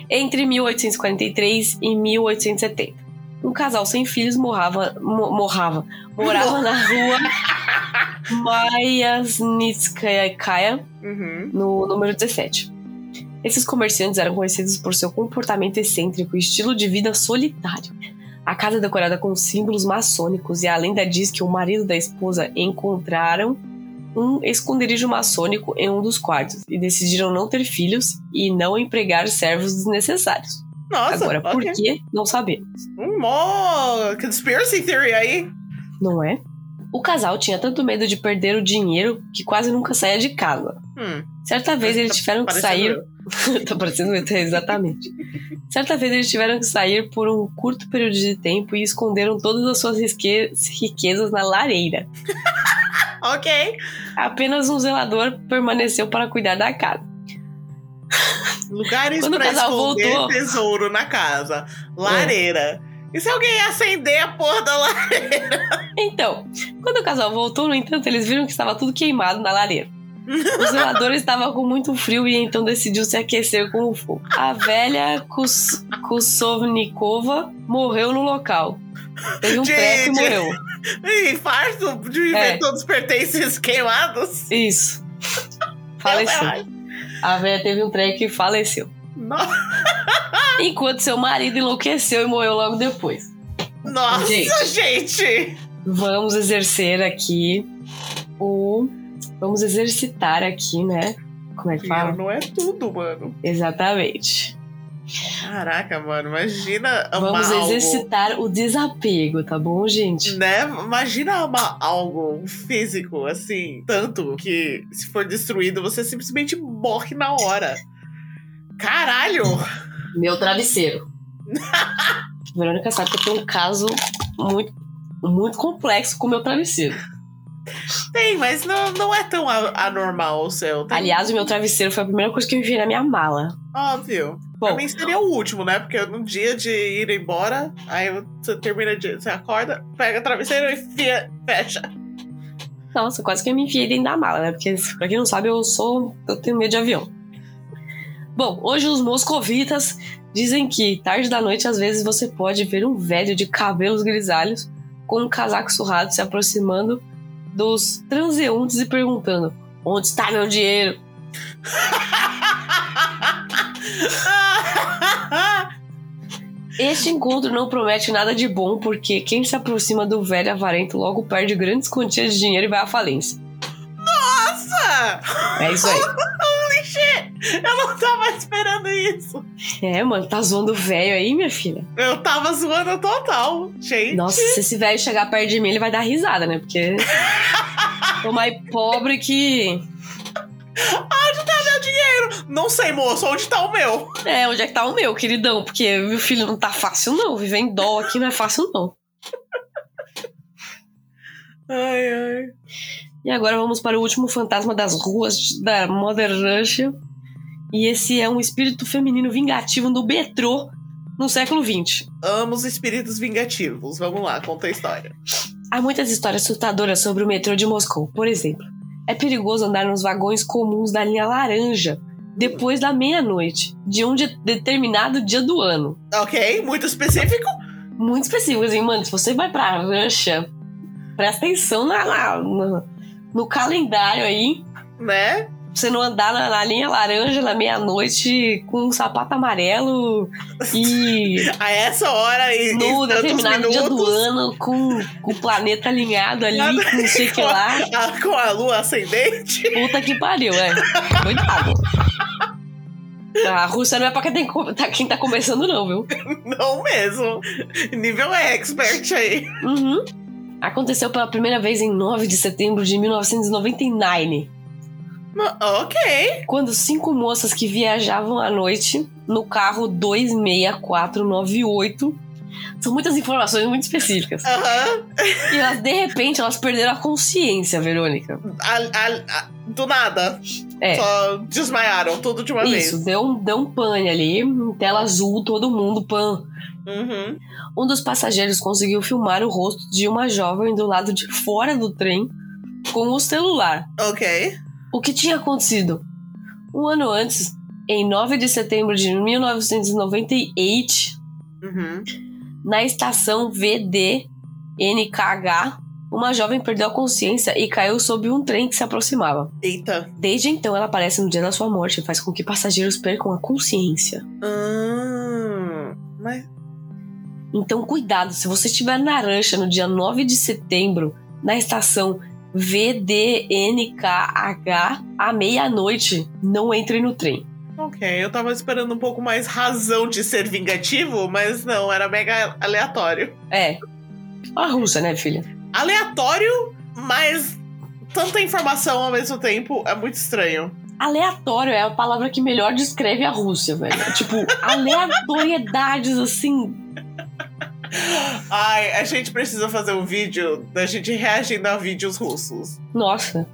Speaker 2: Entre 1843 e 1870. Um casal sem filhos morrava, mo- morrava, morava na rua Mayasnitskaya,
Speaker 1: Uhum.
Speaker 2: no número 17. Esses comerciantes eram conhecidos por seu comportamento excêntrico e estilo de vida solitário. A casa é decorada com símbolos maçônicos e a lenda diz que o marido da esposa encontraram um esconderijo maçônico em um dos quartos e decidiram não ter filhos e não empregar servos desnecessários.
Speaker 1: Nossa.
Speaker 2: Agora, por
Speaker 1: ok.
Speaker 2: que? Não sabemos.
Speaker 1: Um mó conspiracy theory aí.
Speaker 2: Não é? O casal tinha tanto medo de perder o dinheiro que quase nunca saía de casa.
Speaker 1: Hum,
Speaker 2: Certa vez
Speaker 1: Tá
Speaker 2: eles tiveram que
Speaker 1: parecendo
Speaker 2: sair
Speaker 1: eu.
Speaker 2: tá parecendo um ET, exatamente. Certa vez eles tiveram que sair por um curto período de tempo e esconderam todas as suas risque- riquezas na lareira.
Speaker 1: Ok.
Speaker 2: Apenas um zelador permaneceu para cuidar da casa.
Speaker 1: Lugares
Speaker 2: Quando o
Speaker 1: pra
Speaker 2: casal
Speaker 1: esconder
Speaker 2: voltou-
Speaker 1: tesouro na casa. Lareira. E se alguém acender a porra da lareira?
Speaker 2: Então, quando o casal voltou, no entanto, eles viram que estava tudo queimado na lareira. O zelador estava com muito frio e então decidiu se aquecer com o fogo. A velha Kus- Kusovnikova morreu no local. Teve um
Speaker 1: Gente.
Speaker 2: treco e morreu.
Speaker 1: Infarto de ver
Speaker 2: É.
Speaker 1: todos os pertences queimados.
Speaker 2: Isso.
Speaker 1: Eu-
Speaker 2: Faleceu.
Speaker 1: ai,
Speaker 2: A velha teve um trem que faleceu.
Speaker 1: no-
Speaker 2: Enquanto seu marido enlouqueceu e morreu logo depois.
Speaker 1: Nossa, gente.
Speaker 2: Vamos exercer aqui o. Vamos exercitar aqui, né? Como é que
Speaker 1: Dinheiro
Speaker 2: fala?
Speaker 1: não é tudo, mano.
Speaker 2: Exatamente.
Speaker 1: Caraca, mano, imagina amar
Speaker 2: Vamos
Speaker 1: algo.
Speaker 2: exercitar o desapego, tá bom, gente?
Speaker 1: Né? Imagina amar algo um físico, assim, tanto que se for destruído, você simplesmente morre na hora. Caralho!
Speaker 2: Meu travesseiro. Verônica sabe que eu tenho um caso muito, muito complexo com o meu travesseiro.
Speaker 1: Tem, mas não, não é tão a- anormal o tá seu. Tem-
Speaker 2: Aliás, o meu travesseiro foi a primeira coisa que eu enviei na minha mala.
Speaker 1: Óbvio.
Speaker 2: Bom,
Speaker 1: pra mim seria o último, né? Porque num dia de ir embora, aí você termina de. Você acorda, pega o travesseiro e fia- fecha.
Speaker 2: Nossa, quase que eu me enfiei dentro da mala, né? Porque, pra quem não sabe, eu sou. Eu tenho medo de avião. Bom, hoje os moscovitas dizem que tarde da noite, às vezes, você pode ver um velho de cabelos grisalhos com um casaco surrado se aproximando dos transeuntes e perguntando: Onde está meu dinheiro? Este encontro não promete nada de bom, porque quem se aproxima do velho avarento logo perde grandes quantias de dinheiro e vai à falência.
Speaker 1: Nossa!
Speaker 2: É isso aí.
Speaker 1: Ah, Eu não tava esperando isso.
Speaker 2: É, mano, tá zoando o velho aí, minha filha?
Speaker 1: Eu tava zoando total. Gente.
Speaker 2: Nossa, se esse velho chegar perto de mim, ele vai dar risada, né? Porque. Tô mais pobre que.
Speaker 1: Não sei, moço, onde tá o meu?
Speaker 2: É, onde é que tá o meu, queridão? Porque, meu filho, não tá fácil, não. Viver em dó aqui não é fácil, não.
Speaker 1: Ai, ai.
Speaker 2: E agora vamos para o último fantasma das ruas da Modern Russia. E esse é um espírito feminino vingativo no metrô no século XX.
Speaker 1: Amo os espíritos vingativos. Vamos lá, conta a história.
Speaker 2: Há muitas histórias assustadoras sobre o metrô de Moscou. Por exemplo, é perigoso andar nos vagões comuns da linha laranja depois da meia-noite, de um de- determinado dia do ano.
Speaker 1: Ok? Muito específico?
Speaker 2: Muito específico, assim, mano, se você vai pra Russia, presta atenção na, na- na- no calendário aí,
Speaker 1: Né?
Speaker 2: pra você não andar na, na linha laranja na meia-noite com um sapato amarelo e
Speaker 1: A essa hora e. e
Speaker 2: no
Speaker 1: tantos
Speaker 2: determinado dia do
Speaker 1: minutos,
Speaker 2: ano com, com o planeta alinhado ali,
Speaker 1: Nada
Speaker 2: com não sei o que lá.
Speaker 1: a- com a lua ascendente?
Speaker 2: Puta que pariu, é. Coitado. A Rússia não é pra quem, tem co- tá- quem tá começando, não, viu?
Speaker 1: Não mesmo. Nível expert aí.
Speaker 2: Uhum. Aconteceu pela primeira vez em 9 de setembro de 1999,
Speaker 1: Ma- Ok.
Speaker 2: quando cinco moças que viajavam à noite no carro 26498. São muitas informações muito específicas.
Speaker 1: Aham.
Speaker 2: E elas, de repente, elas perderam a consciência, Verônica.
Speaker 1: A- a- a- Do nada.
Speaker 2: É.
Speaker 1: Só desmaiaram tudo de uma
Speaker 2: Isso, deu um, deu um pane ali, tela azul, todo mundo, pan.
Speaker 1: vez. Uhum.
Speaker 2: um dos passageiros conseguiu filmar o rosto de uma jovem do lado de fora do trem com o celular.
Speaker 1: Ok.
Speaker 2: O que tinha acontecido? Um ano antes, em 9 de setembro de 1998,
Speaker 1: Uhum.
Speaker 2: na estação VDNKH, uma jovem perdeu a consciência e caiu sob um trem que se aproximava.
Speaker 1: Eita.
Speaker 2: Desde então, ela aparece no dia da sua morte e faz com que passageiros percam a consciência.
Speaker 1: Ah, mas.
Speaker 2: Então, cuidado, se você estiver na Arancha no dia 9 de setembro, na estação VDNKH, à meia-noite, não entre no trem.
Speaker 1: Ok, eu tava esperando um pouco mais razão de ser vingativo, mas não, era mega aleatório.
Speaker 2: É. A russa, né, filha?
Speaker 1: Aleatório, mas tanta informação ao mesmo tempo é muito estranho.
Speaker 2: Aleatório é a palavra que melhor descreve a Rússia, velho. É Tipo, aleatoriedades, assim.
Speaker 1: Ai, a gente precisa fazer um vídeo da gente reagindo a vídeos russos.
Speaker 2: Nossa.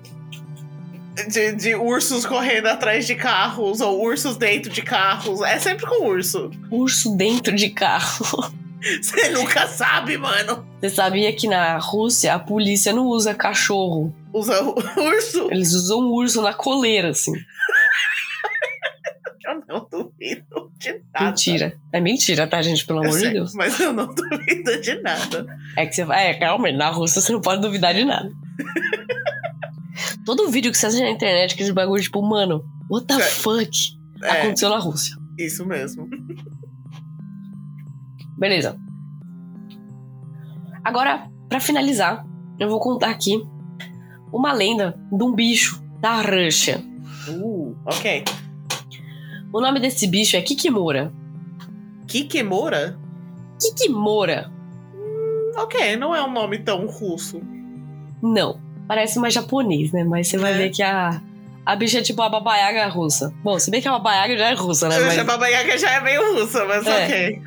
Speaker 1: De, de ursos correndo atrás de carros, ou ursos dentro de carros. É sempre com urso.
Speaker 2: Urso dentro de carro.
Speaker 1: Você nunca sabe, mano.
Speaker 2: Você sabia que na Rússia a polícia não usa cachorro?
Speaker 1: Usa o urso.
Speaker 2: Eles usam urso na coleira, assim.
Speaker 1: Eu não não duvido de nada.
Speaker 2: Mentira. É mentira, tá, gente? Pelo
Speaker 1: Eu
Speaker 2: amor de
Speaker 1: sei,
Speaker 2: Deus.
Speaker 1: Mas eu não duvido de nada.
Speaker 2: É que você vai. É, calma, na Rússia você não pode duvidar de nada. Todo vídeo que você assiste na internet, aqueles bagulho, tipo, mano, what the
Speaker 1: É.
Speaker 2: fuck
Speaker 1: É,
Speaker 2: aconteceu na Rússia?
Speaker 1: isso mesmo.
Speaker 2: Beleza. Agora, pra finalizar, eu vou contar aqui uma lenda de um bicho da Rússia.
Speaker 1: Uh, ok.
Speaker 2: O nome desse bicho é Kikimora.
Speaker 1: Kikimora?
Speaker 2: Kikimora?
Speaker 1: Ok, não é um nome tão russo.
Speaker 2: Não. Parece mais japonês, né? Mas você vai
Speaker 1: É.
Speaker 2: ver que a, a bicha é tipo a babaiaga russa. Bom, se bem que a babaiaga já é russa, né?
Speaker 1: Eu
Speaker 2: Mas-
Speaker 1: já Baba Yaga já é meio russa, mas
Speaker 2: É.
Speaker 1: ok.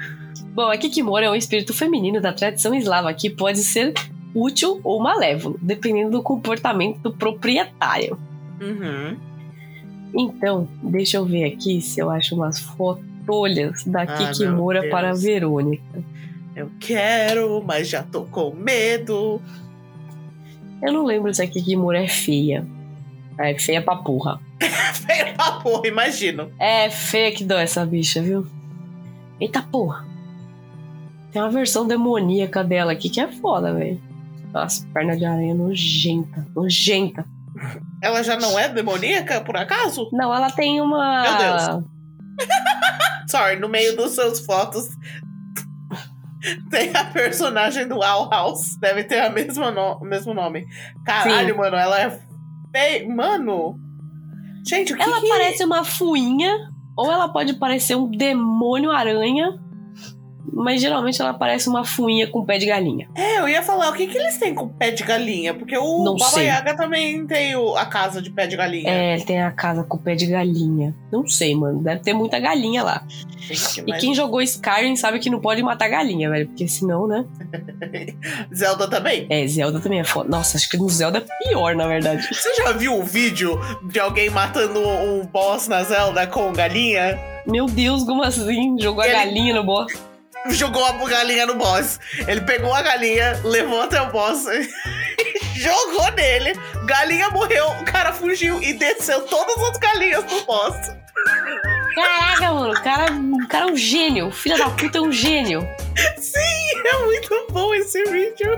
Speaker 2: Bom, a Kikimora é um espírito feminino da tradição eslava que pode ser útil ou malévolo, dependendo do comportamento do proprietário.
Speaker 1: Uhum.
Speaker 2: Então, deixa eu ver aqui se eu acho umas fotolhas da
Speaker 1: Ah, meu
Speaker 2: Kikimora
Speaker 1: Deus.
Speaker 2: para a Verônica.
Speaker 1: Eu quero, mas já tô com medo.
Speaker 2: Eu não lembro se a Kikimora é feia. É feia pra porra.
Speaker 1: Feio pra porra, imagino.
Speaker 2: É feia que dói essa bicha, viu? Eita porra. Tem uma versão demoníaca dela aqui que é foda, velho. Nossa, perna de aranha é nojenta, nojenta.
Speaker 1: Ela já não é demoníaca, por acaso?
Speaker 2: Não, ela tem uma.
Speaker 1: Meu Deus. Sorry, no meio dos seus fotos tem a personagem do Owl House. Deve ter a mesma no- o mesmo nome. Caralho,
Speaker 2: Sim.
Speaker 1: mano, ela é feia. Mano! Gente, o que
Speaker 2: Ela
Speaker 1: que... é
Speaker 2: parece uma fuinha, ou ela pode parecer um demônio aranha, mas geralmente ela parece uma fuinha com pé de galinha.
Speaker 1: É, eu ia falar, o que, que eles têm com pé de galinha? Porque o
Speaker 2: Não
Speaker 1: Baba
Speaker 2: sei.
Speaker 1: Yaga também tem o- a casa de pé de galinha.
Speaker 2: É, ele tem a casa com pé de galinha. Não sei, mano. Deve ter muita galinha lá.
Speaker 1: Gente,
Speaker 2: E
Speaker 1: mas
Speaker 2: quem jogou Skyrim sabe que não pode matar galinha, velho. Porque senão, né?
Speaker 1: Zelda também.
Speaker 2: É, Zelda também é foda. Nossa, acho que no Zelda é pior, na verdade.
Speaker 1: Você já viu o vídeo de alguém matando um boss na Zelda com galinha?
Speaker 2: Meu Deus, como assim? Jogou a
Speaker 1: Ele-
Speaker 2: galinha no boss.
Speaker 1: Jogou a galinha no boss. Ele pegou a galinha, levou até o boss, jogou nele. Galinha morreu, o cara fugiu e desceu todas as galinhas do boss.
Speaker 2: Caraca, mano. O cara, o cara é um gênio. O filho da puta é um gênio.
Speaker 1: É muito bom esse vídeo.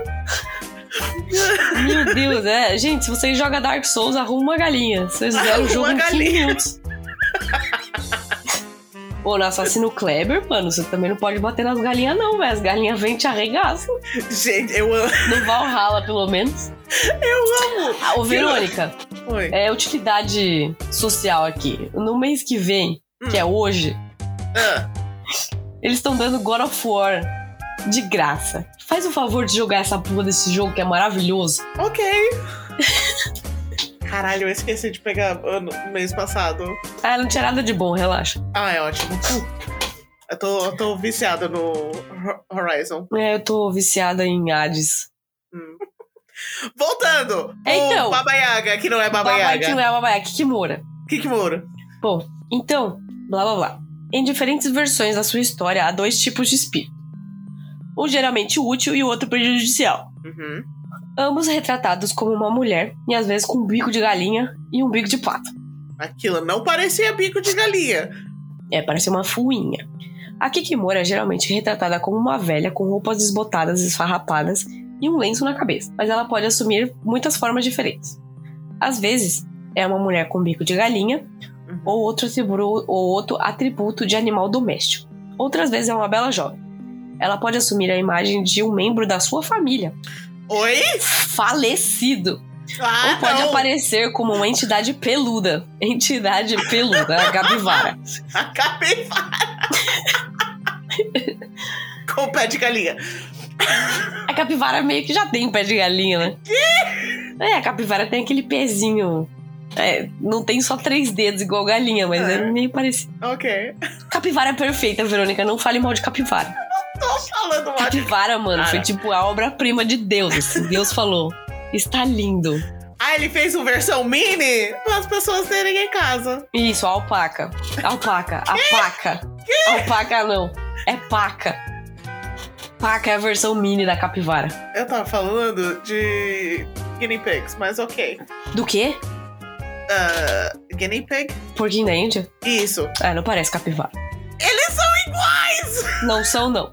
Speaker 2: Meu Deus, é. Gente, se você joga Dark Souls, arruma uma galinha. Vocês fizeram o
Speaker 1: Arruma
Speaker 2: jogo em
Speaker 1: uma
Speaker 2: 15
Speaker 1: galinha.
Speaker 2: minutos. Pô, no assassino Kleber, mano, você também não pode bater nas galinhas, não, velho. As galinhas vêm e te arregaçam.
Speaker 1: Gente, eu amo.
Speaker 2: No Valhalla, pelo menos.
Speaker 1: Eu amo.
Speaker 2: Ah, ô, Verônica,
Speaker 1: Oi.
Speaker 2: é utilidade social aqui. No mês que vem, que
Speaker 1: Hum.
Speaker 2: é hoje,
Speaker 1: Ah,
Speaker 2: eles estão dando God of War de graça. Faz o favor de jogar essa porra desse jogo que é maravilhoso.
Speaker 1: ok. Caralho, eu esqueci de pegar ano, mês passado.
Speaker 2: Ah, não tinha nada de bom, relaxa.
Speaker 1: Ah, é ótimo. Eu tô, eu tô viciada no Ho- Horizon.
Speaker 2: É, eu tô viciada em Hades.
Speaker 1: Voltando!
Speaker 2: É, então.
Speaker 1: O Baba Yaga, que não é Baba,
Speaker 2: Babá que não
Speaker 1: Yaga.
Speaker 2: é babá, é Kikimura.
Speaker 1: Kikimura.
Speaker 2: Então, blá blá blá. Em diferentes versões da sua história, há dois tipos de espírito. Um geralmente útil e o outro prejudicial.
Speaker 1: Uhum.
Speaker 2: Ambos retratados como uma mulher, e às vezes com um bico de galinha e um bico de pato.
Speaker 1: Aquilo não parecia bico de galinha.
Speaker 2: É, parece uma fuinha. A Kikimora é geralmente retratada como uma velha com roupas desbotadas, esfarrapadas e um lenço na cabeça, mas ela pode assumir muitas formas diferentes. Às vezes, é uma mulher com bico de galinha,
Speaker 1: Uhum.
Speaker 2: ou outro, atributo, ou outro atributo de animal doméstico. Outras vezes é uma bela jovem. Ela pode assumir a imagem de um membro da sua família,
Speaker 1: Oi?
Speaker 2: falecido,
Speaker 1: Ah,
Speaker 2: ou pode
Speaker 1: não.
Speaker 2: aparecer como uma entidade peluda. Entidade peluda, a capivara.
Speaker 1: A capivara. Com o pé de galinha.
Speaker 2: A capivara meio que já tem pé de galinha, né? É, a capivara tem aquele pezinho. É, não tem só três dedos igual galinha, mas é,
Speaker 1: É.
Speaker 2: meio parecido.
Speaker 1: Ok.
Speaker 2: Capivara é perfeita, Verônica. Não fale mal de capivara.
Speaker 1: Tô falando mal.
Speaker 2: Capivara, mano, foi
Speaker 1: Cara.
Speaker 2: tipo a obra-prima de Deus. assim. Deus falou: está lindo.
Speaker 1: Ah, ele fez uma versão mini para as pessoas terem em casa.
Speaker 2: Isso, a alpaca. Alpaca, a paca. Alpaca não, é paca. Paca é a versão mini da capivara.
Speaker 1: Eu tava falando de guinea pigs, mas ok.
Speaker 2: Do quê?
Speaker 1: ah, guinea pig.
Speaker 2: Porquinho da Índia?
Speaker 1: Isso.
Speaker 2: Ah, não parece capivara.
Speaker 1: Eles são iguais!
Speaker 2: Não são, não.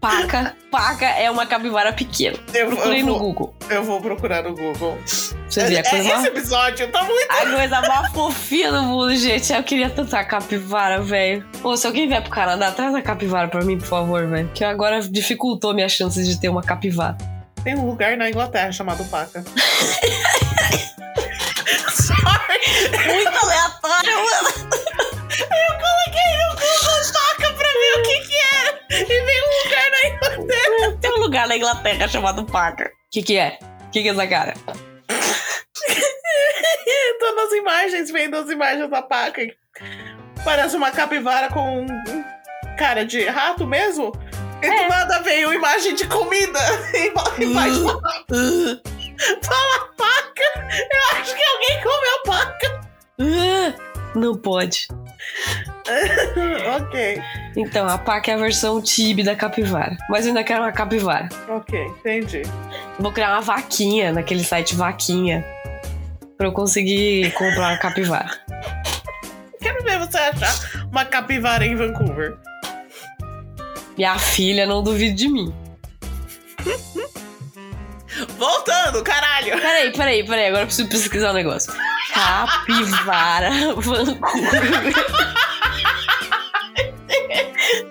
Speaker 2: Paca. Paca é uma capivara pequena.
Speaker 1: Eu,
Speaker 2: Procurei
Speaker 1: eu
Speaker 2: no
Speaker 1: vou,
Speaker 2: Google.
Speaker 1: eu vou procurar no Google.
Speaker 2: Pra Você ver a coisa
Speaker 1: É, esse
Speaker 2: mais...
Speaker 1: episódio tá muito.
Speaker 2: A coisa mais fofinha do mundo, gente. Eu queria tanta capivara, velho. Ô, se alguém vier pro Canadá, traz a capivara pra mim, por favor, velho. Que agora dificultou minhas chances de ter uma capivara.
Speaker 1: Tem um lugar na Inglaterra chamado Paca. Sorry,
Speaker 2: Muito aleatório, mano.
Speaker 1: eu coloquei no Google Paca pra ver o que que é. E tem um lugar na Inglaterra.
Speaker 2: Tem um lugar na Inglaterra chamado Parker. O que que é? O que que é essa cara?
Speaker 1: Tô Então, nas imagens, vendo as imagens da Paca. Parece uma capivara com um cara de rato mesmo. E do
Speaker 2: É.
Speaker 1: nada veio imagem de comida. Imagem da
Speaker 2: Uh,
Speaker 1: Fala paca! Eu acho que alguém comeu paca!
Speaker 2: uh, não pode.
Speaker 1: ok,
Speaker 2: Então, a paca é a versão tibi da capivara. Mas eu ainda quero uma capivara.
Speaker 1: ok, entendi.
Speaker 2: Vou criar uma vaquinha naquele site Vaquinha. Pra eu conseguir comprar uma capivara.
Speaker 1: Quero ver você achar uma capivara em Vancouver.
Speaker 2: Minha filha não duvide de mim.
Speaker 1: Voltando, caralho!
Speaker 2: Peraí, peraí, peraí. Agora eu preciso pesquisar um negócio. Capivara Vancouver.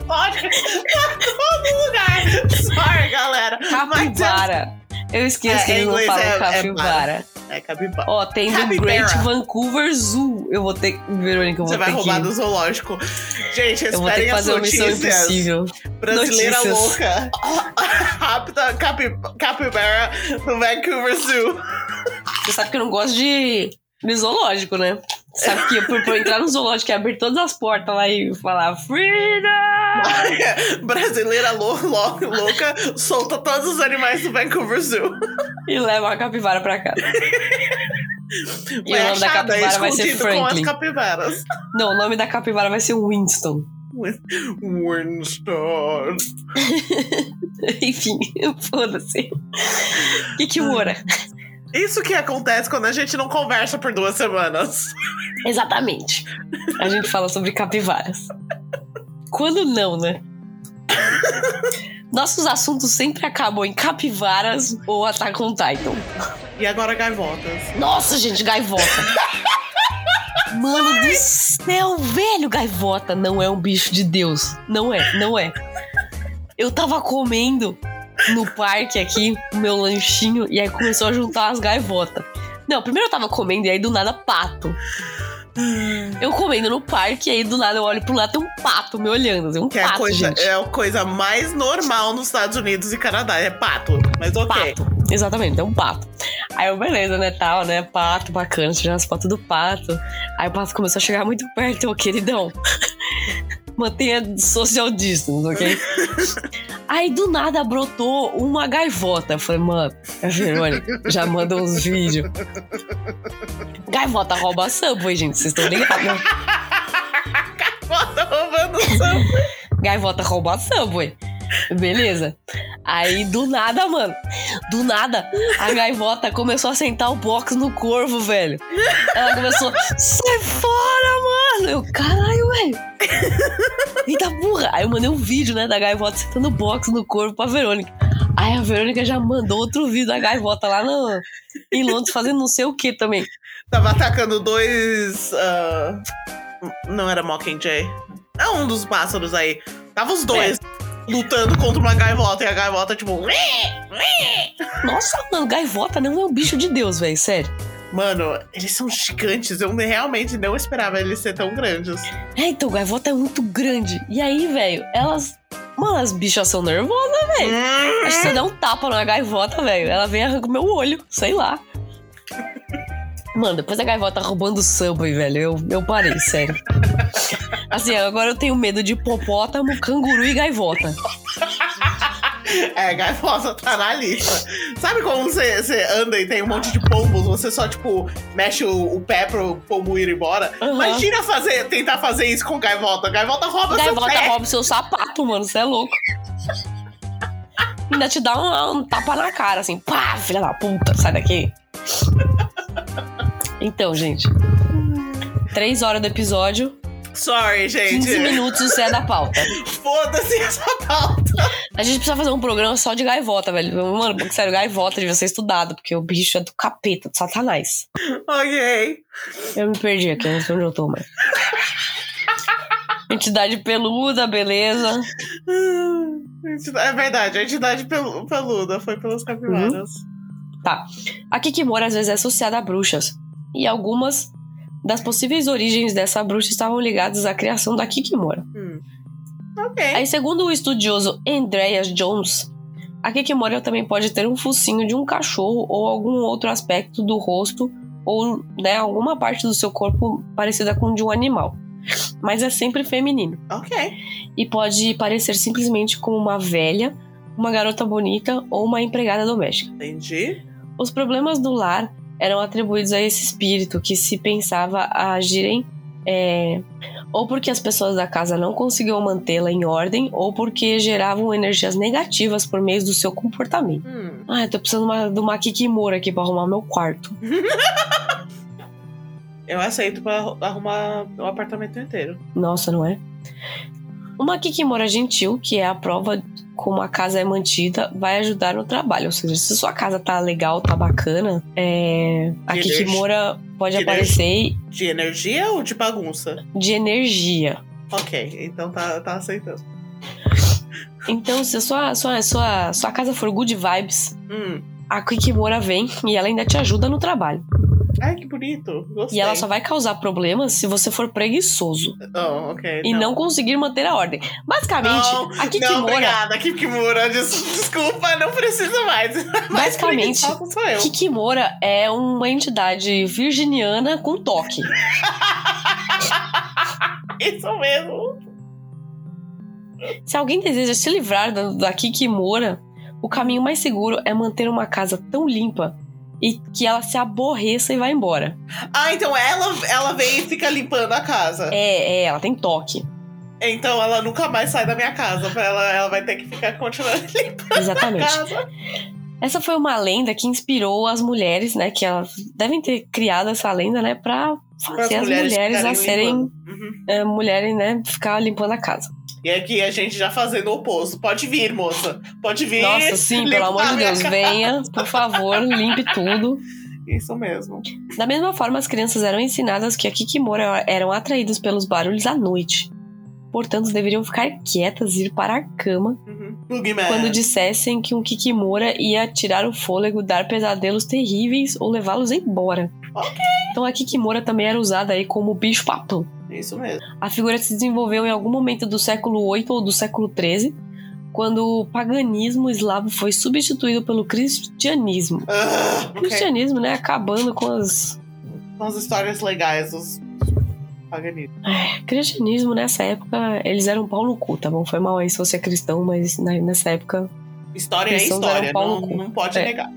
Speaker 1: Pode pra todo lugar! Sorry, galera! Ah, Mas
Speaker 2: Capivara. Eu esqueço
Speaker 1: É,
Speaker 2: que
Speaker 1: em
Speaker 2: eles não
Speaker 1: inglês
Speaker 2: falam
Speaker 1: é- é
Speaker 2: capivara.
Speaker 1: É, é capivara.
Speaker 2: Ó, tem do
Speaker 1: Capivara.
Speaker 2: Great Vancouver Zoo. Eu vou ter. Verônica, eu vou
Speaker 1: Você vai
Speaker 2: ter
Speaker 1: roubar
Speaker 2: que.
Speaker 1: do zoológico. Gente,
Speaker 2: Eu vou ter que
Speaker 1: esperem as
Speaker 2: fazer uma missão
Speaker 1: notícias.
Speaker 2: impossível.
Speaker 1: Brasileira
Speaker 2: Notícias.
Speaker 1: louca. Rápida capi- capivara no Vancouver Zoo.
Speaker 2: Você sabe que eu não gosto de, de zoológico, né? Sabe que por, por entrar no zoológico e abrir todas as portas lá e falar Freedom!
Speaker 1: Brasileira lou- lou- louca solta todos os animais do Vancouver Zoo.
Speaker 2: e leva a capivara pra cá. E
Speaker 1: Foi
Speaker 2: o nome da
Speaker 1: achada,
Speaker 2: capivara vai ser
Speaker 1: escondido com as
Speaker 2: Franklin.
Speaker 1: capivaras.
Speaker 2: Não, o nome da capivara vai ser Winston.
Speaker 1: Winston.
Speaker 2: Enfim, foda-se. Kikimura.
Speaker 1: Isso que acontece quando a gente não conversa por duas semanas.
Speaker 2: Exatamente. A gente fala sobre capivaras. Quando não, né? Nossos assuntos sempre acabam em capivaras ou Attack on Titan.
Speaker 1: E agora gaivotas.
Speaker 2: Nossa, gente, gaivota. Mano do céu, velho, gaivota não é um bicho de Deus. Não é, não é. Eu tava comendo no parque aqui, o meu lanchinho, e aí começou a juntar as gaivotas. Não, primeiro eu tava comendo e aí do nada pato. Eu comendo no parque e aí do nada eu olho pro lado tem um pato me olhando, assim, um
Speaker 1: Que é, a
Speaker 2: pato,
Speaker 1: coisa,
Speaker 2: gente.
Speaker 1: é a coisa mais normal nos Estados Unidos e Canadá. É pato. Mas ok.
Speaker 2: Pato. Exatamente, é um pato. Aí eu, beleza, né, tal, né, pato, bacana, tirando as fotos do pato. Aí o pato começou a chegar muito perto, ô queridão. Mantenha social distance, ok? Aí do nada brotou uma gaivota. Eu falei, mano, a Verônica já manda uns vídeos. Gaivota rouba subway, gente, vocês estão ligados? né?
Speaker 1: Bota roubando samba.
Speaker 2: Gaivota rouba a Subway. Beleza. Aí, do nada, mano. Do nada, a gaivota começou a sentar o box no corvo, velho. Ela começou, sai fora, mano! Eu, caralho, velho. Eita burra! Aí eu mandei um vídeo, né, da gaivota sentando o box no corvo pra Verônica. Aí a Verônica já mandou outro vídeo da gaivota lá no, em Londres fazendo não sei o que também.
Speaker 1: Tava atacando dois. ah, não era Mockingjay. É um dos pássaros aí. Tava os dois
Speaker 2: É.
Speaker 1: lutando contra uma gaivota. E a gaivota, tipo.
Speaker 2: Nossa, mano, gaivota não é um bicho de Deus, velho, sério.
Speaker 1: Mano, eles são gigantes. Eu realmente não esperava eles ser tão grandes.
Speaker 2: É, então, gaivota é muito grande. E aí, velho, elas. Mano, as bichas são nervosas.
Speaker 1: Hum.
Speaker 2: Acho que você dá um tapa numa gaivota, velho. Ela vem e arranca o meu olho, sei lá. Mano, depois a gaivota tá roubando o subway, velho. Eu, eu parei, sério. Assim, agora eu tenho medo de hipopótamo, canguru e gaivota.
Speaker 1: É, gaivota tá na lista. Sabe como você você anda e tem um monte de pombos, você só, tipo, mexe o, o pé pro pombo ir embora?
Speaker 2: Aham.
Speaker 1: Imagina fazer, tentar fazer isso com gaivota. Gaivota rouba seu
Speaker 2: Gaivota
Speaker 1: pé.
Speaker 2: rouba o seu sapato, mano. Você é louco. Ainda te dá um, um tapa na cara, assim. Pá, filha da puta, sai daqui. Então, gente. Três horas do episódio,
Speaker 1: Sorry,
Speaker 2: 15
Speaker 1: gente.
Speaker 2: minutos isso é da pauta.
Speaker 1: Foda-se essa pauta.
Speaker 2: A gente precisa fazer um programa só de gaivota, velho. Mano, porque, sério, gaivota devia ser estudado, porque o bicho é do capeta, do satanás.
Speaker 1: Ok.
Speaker 2: Eu me perdi aqui, não sei onde eu tô, mas. Entidade peluda, beleza.
Speaker 1: É verdade, a entidade pelu- peluda foi pelas capivaras.
Speaker 2: Aqui que mora às vezes é associada a bruxas, e algumas das possíveis origens dessa bruxa estavam ligadas à criação da Kikimora.
Speaker 1: Hum. Ok.
Speaker 2: Aí, segundo o estudioso Andreas Jones, a Kikimora também pode ter um focinho de um cachorro ou algum outro aspecto do rosto ou né, alguma parte do seu corpo parecida com o de um animal, mas é sempre feminino
Speaker 1: Ok.
Speaker 2: e pode parecer simplesmente como uma velha, uma garota bonita ou uma empregada doméstica.
Speaker 1: Entendi.
Speaker 2: Os problemas do lar eram atribuídos a esse espírito que se pensava a agirem é, ou porque as pessoas da casa não conseguiam mantê-la em ordem ou porque geravam energias negativas por meio do seu comportamento.
Speaker 1: Hum.
Speaker 2: Ah, eu tô precisando de uma- de uma Kikimora aqui pra arrumar meu quarto.
Speaker 1: Eu aceito pra arru- arrumar o apartamento inteiro.
Speaker 2: Nossa, não é? Uma Kikimora gentil, que é a prova como a casa é mantida, vai ajudar no trabalho. Ou seja, se sua casa tá legal, tá bacana, é, a
Speaker 1: Que
Speaker 2: Kikimora pode
Speaker 1: Que
Speaker 2: aparecer
Speaker 1: De energia ou de bagunça?
Speaker 2: de energia.
Speaker 1: Ok, então tá, tá aceitando.
Speaker 2: Então, se a sua, sua, sua, sua casa for good vibes,
Speaker 1: Hum.
Speaker 2: a Kikimora vem e ela ainda te ajuda no trabalho.
Speaker 1: Ai, que bonito. Gostei.
Speaker 2: E ela só vai causar problemas se você for preguiçoso
Speaker 1: Oh, ok.
Speaker 2: e não tipo, conseguir manter a ordem. Basicamente,
Speaker 1: Não,
Speaker 2: a
Speaker 1: Não,
Speaker 2: Kikimora,
Speaker 1: obrigada, Kikimura. Des desculpa, não precisa mais. Mas
Speaker 2: basicamente,
Speaker 1: preguiçosa sou eu.
Speaker 2: Kikimora é uma entidade virginiana com toque.
Speaker 1: Isso mesmo.
Speaker 2: Se alguém deseja se livrar da, da Kikimora, o caminho mais seguro é manter uma casa tão limpa e que ela se aborreça e vá embora.
Speaker 1: Ah, então ela, ela vem e fica limpando a casa.
Speaker 2: É, é, ela tem toque.
Speaker 1: Então ela nunca mais sai da minha casa. pra Ela, ela vai ter que ficar continuando limpando a
Speaker 2: Exatamente.
Speaker 1: casa.
Speaker 2: Essa foi uma lenda que inspirou as mulheres, né? Que elas devem ter criado essa lenda, né? Pra fazer as mulheres, a
Speaker 1: ficarem
Speaker 2: serem
Speaker 1: limpando. Uhum.
Speaker 2: eh, mulheres, né? Ficar limpando a casa.
Speaker 1: E aqui a gente já fazendo o oposto. Pode vir, moça. Pode vir.
Speaker 2: Nossa, sim, pelo
Speaker 1: limpar
Speaker 2: amor de
Speaker 1: minha
Speaker 2: Deus,
Speaker 1: casa.
Speaker 2: venha, por favor, limpe tudo.
Speaker 1: Isso mesmo.
Speaker 2: Da mesma forma, as crianças eram ensinadas que a Kikimora eram atraídas pelos barulhos à noite. Portanto, deveriam ficar quietas e ir para a cama
Speaker 1: Uhum. Bugman.
Speaker 2: quando dissessem que um Kikimora ia tirar o fôlego, dar pesadelos terríveis ou levá-los embora.
Speaker 1: Ok.
Speaker 2: Então a Kikimora também era usada aí como bicho papão.
Speaker 1: Isso mesmo.
Speaker 2: A figura se desenvolveu em algum momento do século VIII ou do século XIII, quando o paganismo eslavo foi substituído pelo cristianismo.
Speaker 1: Ah, ok.
Speaker 2: Cristianismo, né, acabando com as...
Speaker 1: São as histórias legais dos paganistas.
Speaker 2: Cristianismo nessa época, eles eram pau no cu, tá bom? Foi mal aí se você é cristão, mas na- nessa época
Speaker 1: História é
Speaker 2: Cristãos
Speaker 1: história,
Speaker 2: eram pau
Speaker 1: não,
Speaker 2: no cu.
Speaker 1: não pode
Speaker 2: É.
Speaker 1: negar.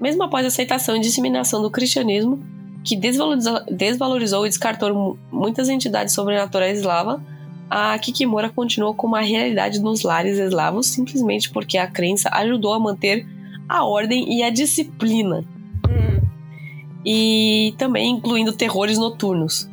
Speaker 2: Mesmo após a aceitação e disseminação do cristianismo, que desvaloriza- desvalorizou e descartou mu- muitas entidades sobrenaturais eslavas, a Kikimora continuou como a realidade nos lares eslavos simplesmente porque a crença ajudou a manter a ordem e a disciplina,
Speaker 1: Hum,
Speaker 2: e também incluindo terrores noturnos.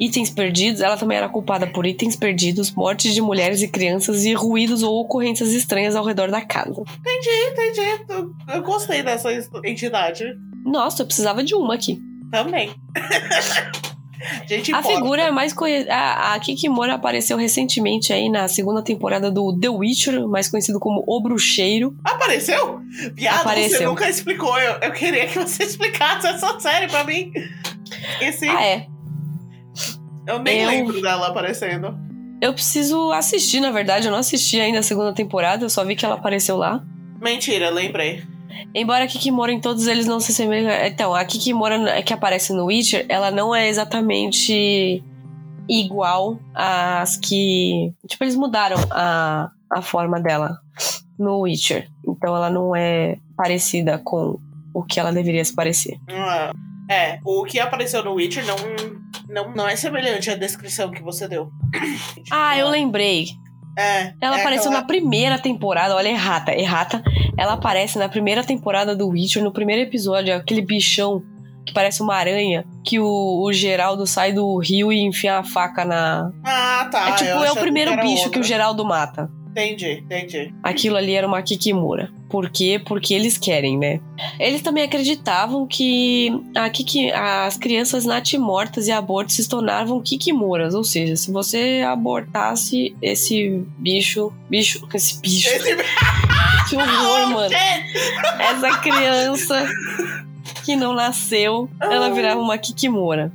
Speaker 2: Itens perdidos, ela também era culpada por itens perdidos, mortes de mulheres e crianças e ruídos ou ocorrências estranhas ao redor da casa.
Speaker 1: entendi. Eu, eu gostei dessa est- entidade
Speaker 2: Nossa, eu precisava de uma aqui.
Speaker 1: também. gente
Speaker 2: A
Speaker 1: importa.
Speaker 2: figura é mais conhecida. A, a Kikimora apareceu recentemente aí na segunda temporada do The Witcher, mais conhecido como O Bruxeiro.
Speaker 1: Apareceu? Viado, você
Speaker 2: Apareceu.
Speaker 1: nunca explicou. Eu, eu queria que você explicasse essa série pra mim. Esqueci.
Speaker 2: Ah, é.
Speaker 1: eu nem
Speaker 2: eu-
Speaker 1: lembro dela aparecendo.
Speaker 2: Eu preciso assistir, na verdade. Eu não assisti ainda a segunda temporada, eu só vi que ela apareceu lá.
Speaker 1: Mentira, lembrei.
Speaker 2: Embora a Kikimora em todos eles não se semelha. Então, a Kikimora que aparece no Witcher, ela não é exatamente igual às que. Tipo, eles mudaram a, a forma dela no Witcher. Então, ela não é parecida com o que ela deveria se parecer.
Speaker 1: Ah, É, o que apareceu no Witcher não, não, não é semelhante à descrição que você deu.
Speaker 2: Ah, eu Ah, lembrei.
Speaker 1: É.
Speaker 2: Ela
Speaker 1: é
Speaker 2: apareceu
Speaker 1: aquela-
Speaker 2: na primeira temporada, olha, é errata, errata. Ela aparece na primeira temporada do Witcher, no primeiro episódio, aquele bichão que parece uma aranha, que o, o Geraldo sai do rio e enfia a faca na.
Speaker 1: Ah, tá.
Speaker 2: é tipo,
Speaker 1: eu
Speaker 2: é o
Speaker 1: achando
Speaker 2: primeiro
Speaker 1: que era
Speaker 2: bicho que
Speaker 1: outra.
Speaker 2: o Geraldo mata.
Speaker 1: Entendi, entendi.
Speaker 2: Aquilo ali era uma Kikimura. Por quê? Porque eles querem, né? Eles também acreditavam que a Kiki, as crianças natimortas e abortos se tornavam Kikimuras. Ou seja, se você abortasse esse bicho. Bicho. Esse bicho.
Speaker 1: Esse...
Speaker 2: Que horror, Tipo, mano. Essa criança que não nasceu, ela virava uma Kikimora.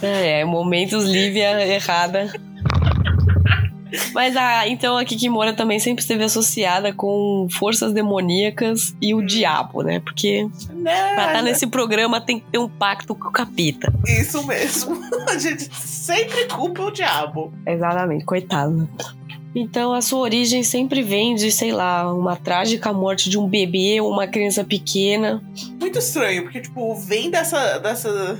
Speaker 2: É, é, momentos Lívia errada. Mas a, então a Kikimora também sempre esteve associada com forças demoníacas e o
Speaker 1: Hum.
Speaker 2: diabo, né? Porque
Speaker 1: Né?
Speaker 2: pra estar nesse programa tem que ter um pacto com o capeta.
Speaker 1: Isso mesmo. A gente sempre culpa o diabo.
Speaker 2: Exatamente, coitado. Então a sua origem sempre vem de, sei lá, uma trágica morte de um bebê ou uma criança pequena.
Speaker 1: Muito estranho, porque, tipo, vem dessa, dessa,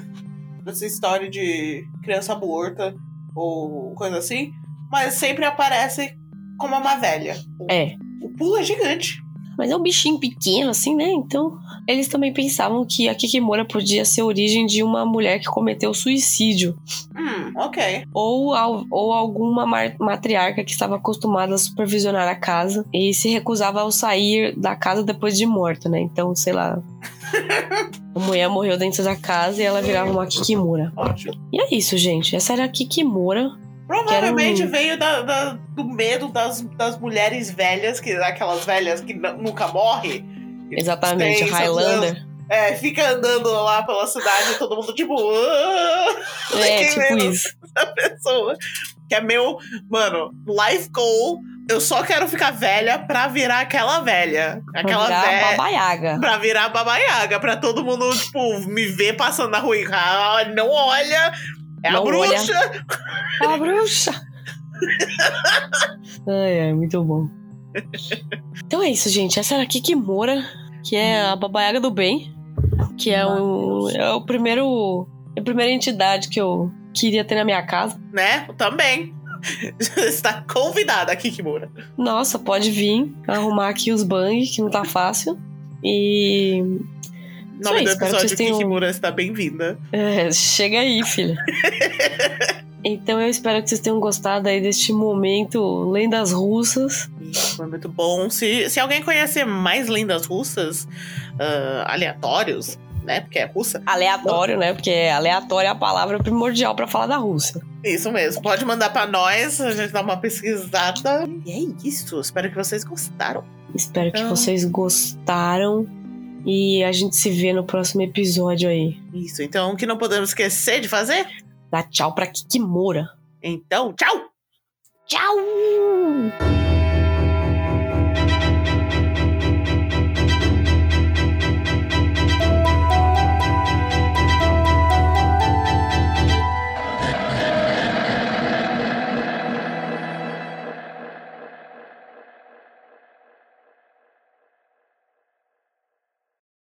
Speaker 1: dessa história de criança morta ou coisa assim, mas sempre aparece como uma velha. O-
Speaker 2: É.
Speaker 1: O pulo é gigante.
Speaker 2: Mas é um bichinho pequeno, assim, né? Então, eles também pensavam que a Kikimora podia ser a origem de uma mulher que cometeu suicídio.
Speaker 1: Hum, ok.
Speaker 2: Ou, al- ou alguma mar- matriarca que estava acostumada a supervisionar a casa e se recusava a sair da casa depois de morta, né? Então, sei lá. A mulher morreu dentro da casa e ela virava uma Kikimora.
Speaker 1: Ótimo.
Speaker 2: E é isso, gente. Essa era a Kikimora.
Speaker 1: Provavelmente veio da- da- do medo das, das mulheres velhas, que aquelas velhas que nu- nunca morrem.
Speaker 2: Exatamente, a
Speaker 1: Seis,
Speaker 2: Highlander.
Speaker 1: É, fica andando lá pela cidade e todo mundo tipo. "Ah",
Speaker 2: É,
Speaker 1: que
Speaker 2: tipo
Speaker 1: medo.
Speaker 2: isso.
Speaker 1: da pessoa. Que é meu, mano, life goal. Eu só quero ficar velha pra virar aquela velha. Aquela
Speaker 2: Pra virar
Speaker 1: velha.
Speaker 2: Baba Yaga.
Speaker 1: Pra virar babaiaga, pra todo mundo, tipo, me ver passando na rua e "Ah, não olha. É a
Speaker 2: Não
Speaker 1: bruxa.
Speaker 2: A Ah, bruxa! ai, ai, muito bom. Então é isso, gente. Essa era a Kikimora, que é a babaiaga do bem. Que é o, é o primeiro. É a primeira entidade que eu queria ter na minha casa.
Speaker 1: Né? Também. Está convidada aqui, Kimura.
Speaker 2: Nossa, pode vir arrumar aqui os bang, que não tá fácil. E.
Speaker 1: O
Speaker 2: Só
Speaker 1: nome do
Speaker 2: isso, espero que
Speaker 1: episódio
Speaker 2: vocês tenham-
Speaker 1: Kikimura está bem-vinda.
Speaker 2: É, chega aí, filha. Então eu espero que vocês tenham gostado aí deste momento lendas russas.
Speaker 1: E Foi muito bom. Se, se alguém conhecer mais lendas russas, ah, aleatórios, né? Porque é russa.
Speaker 2: Aleatório, né? Porque aleatório é a palavra primordial pra falar da Rússia.
Speaker 1: Isso mesmo. Pode mandar pra nós, a gente dá uma pesquisada. E é isso. Espero que vocês gostaram.
Speaker 2: Espero que
Speaker 1: Então-
Speaker 2: vocês gostaram e a gente se vê no próximo episódio aí.
Speaker 1: Isso. Então, o que não podemos esquecer de fazer?
Speaker 2: Dá tchau pra Kikimura.
Speaker 1: Então, tchau!
Speaker 2: Tchau!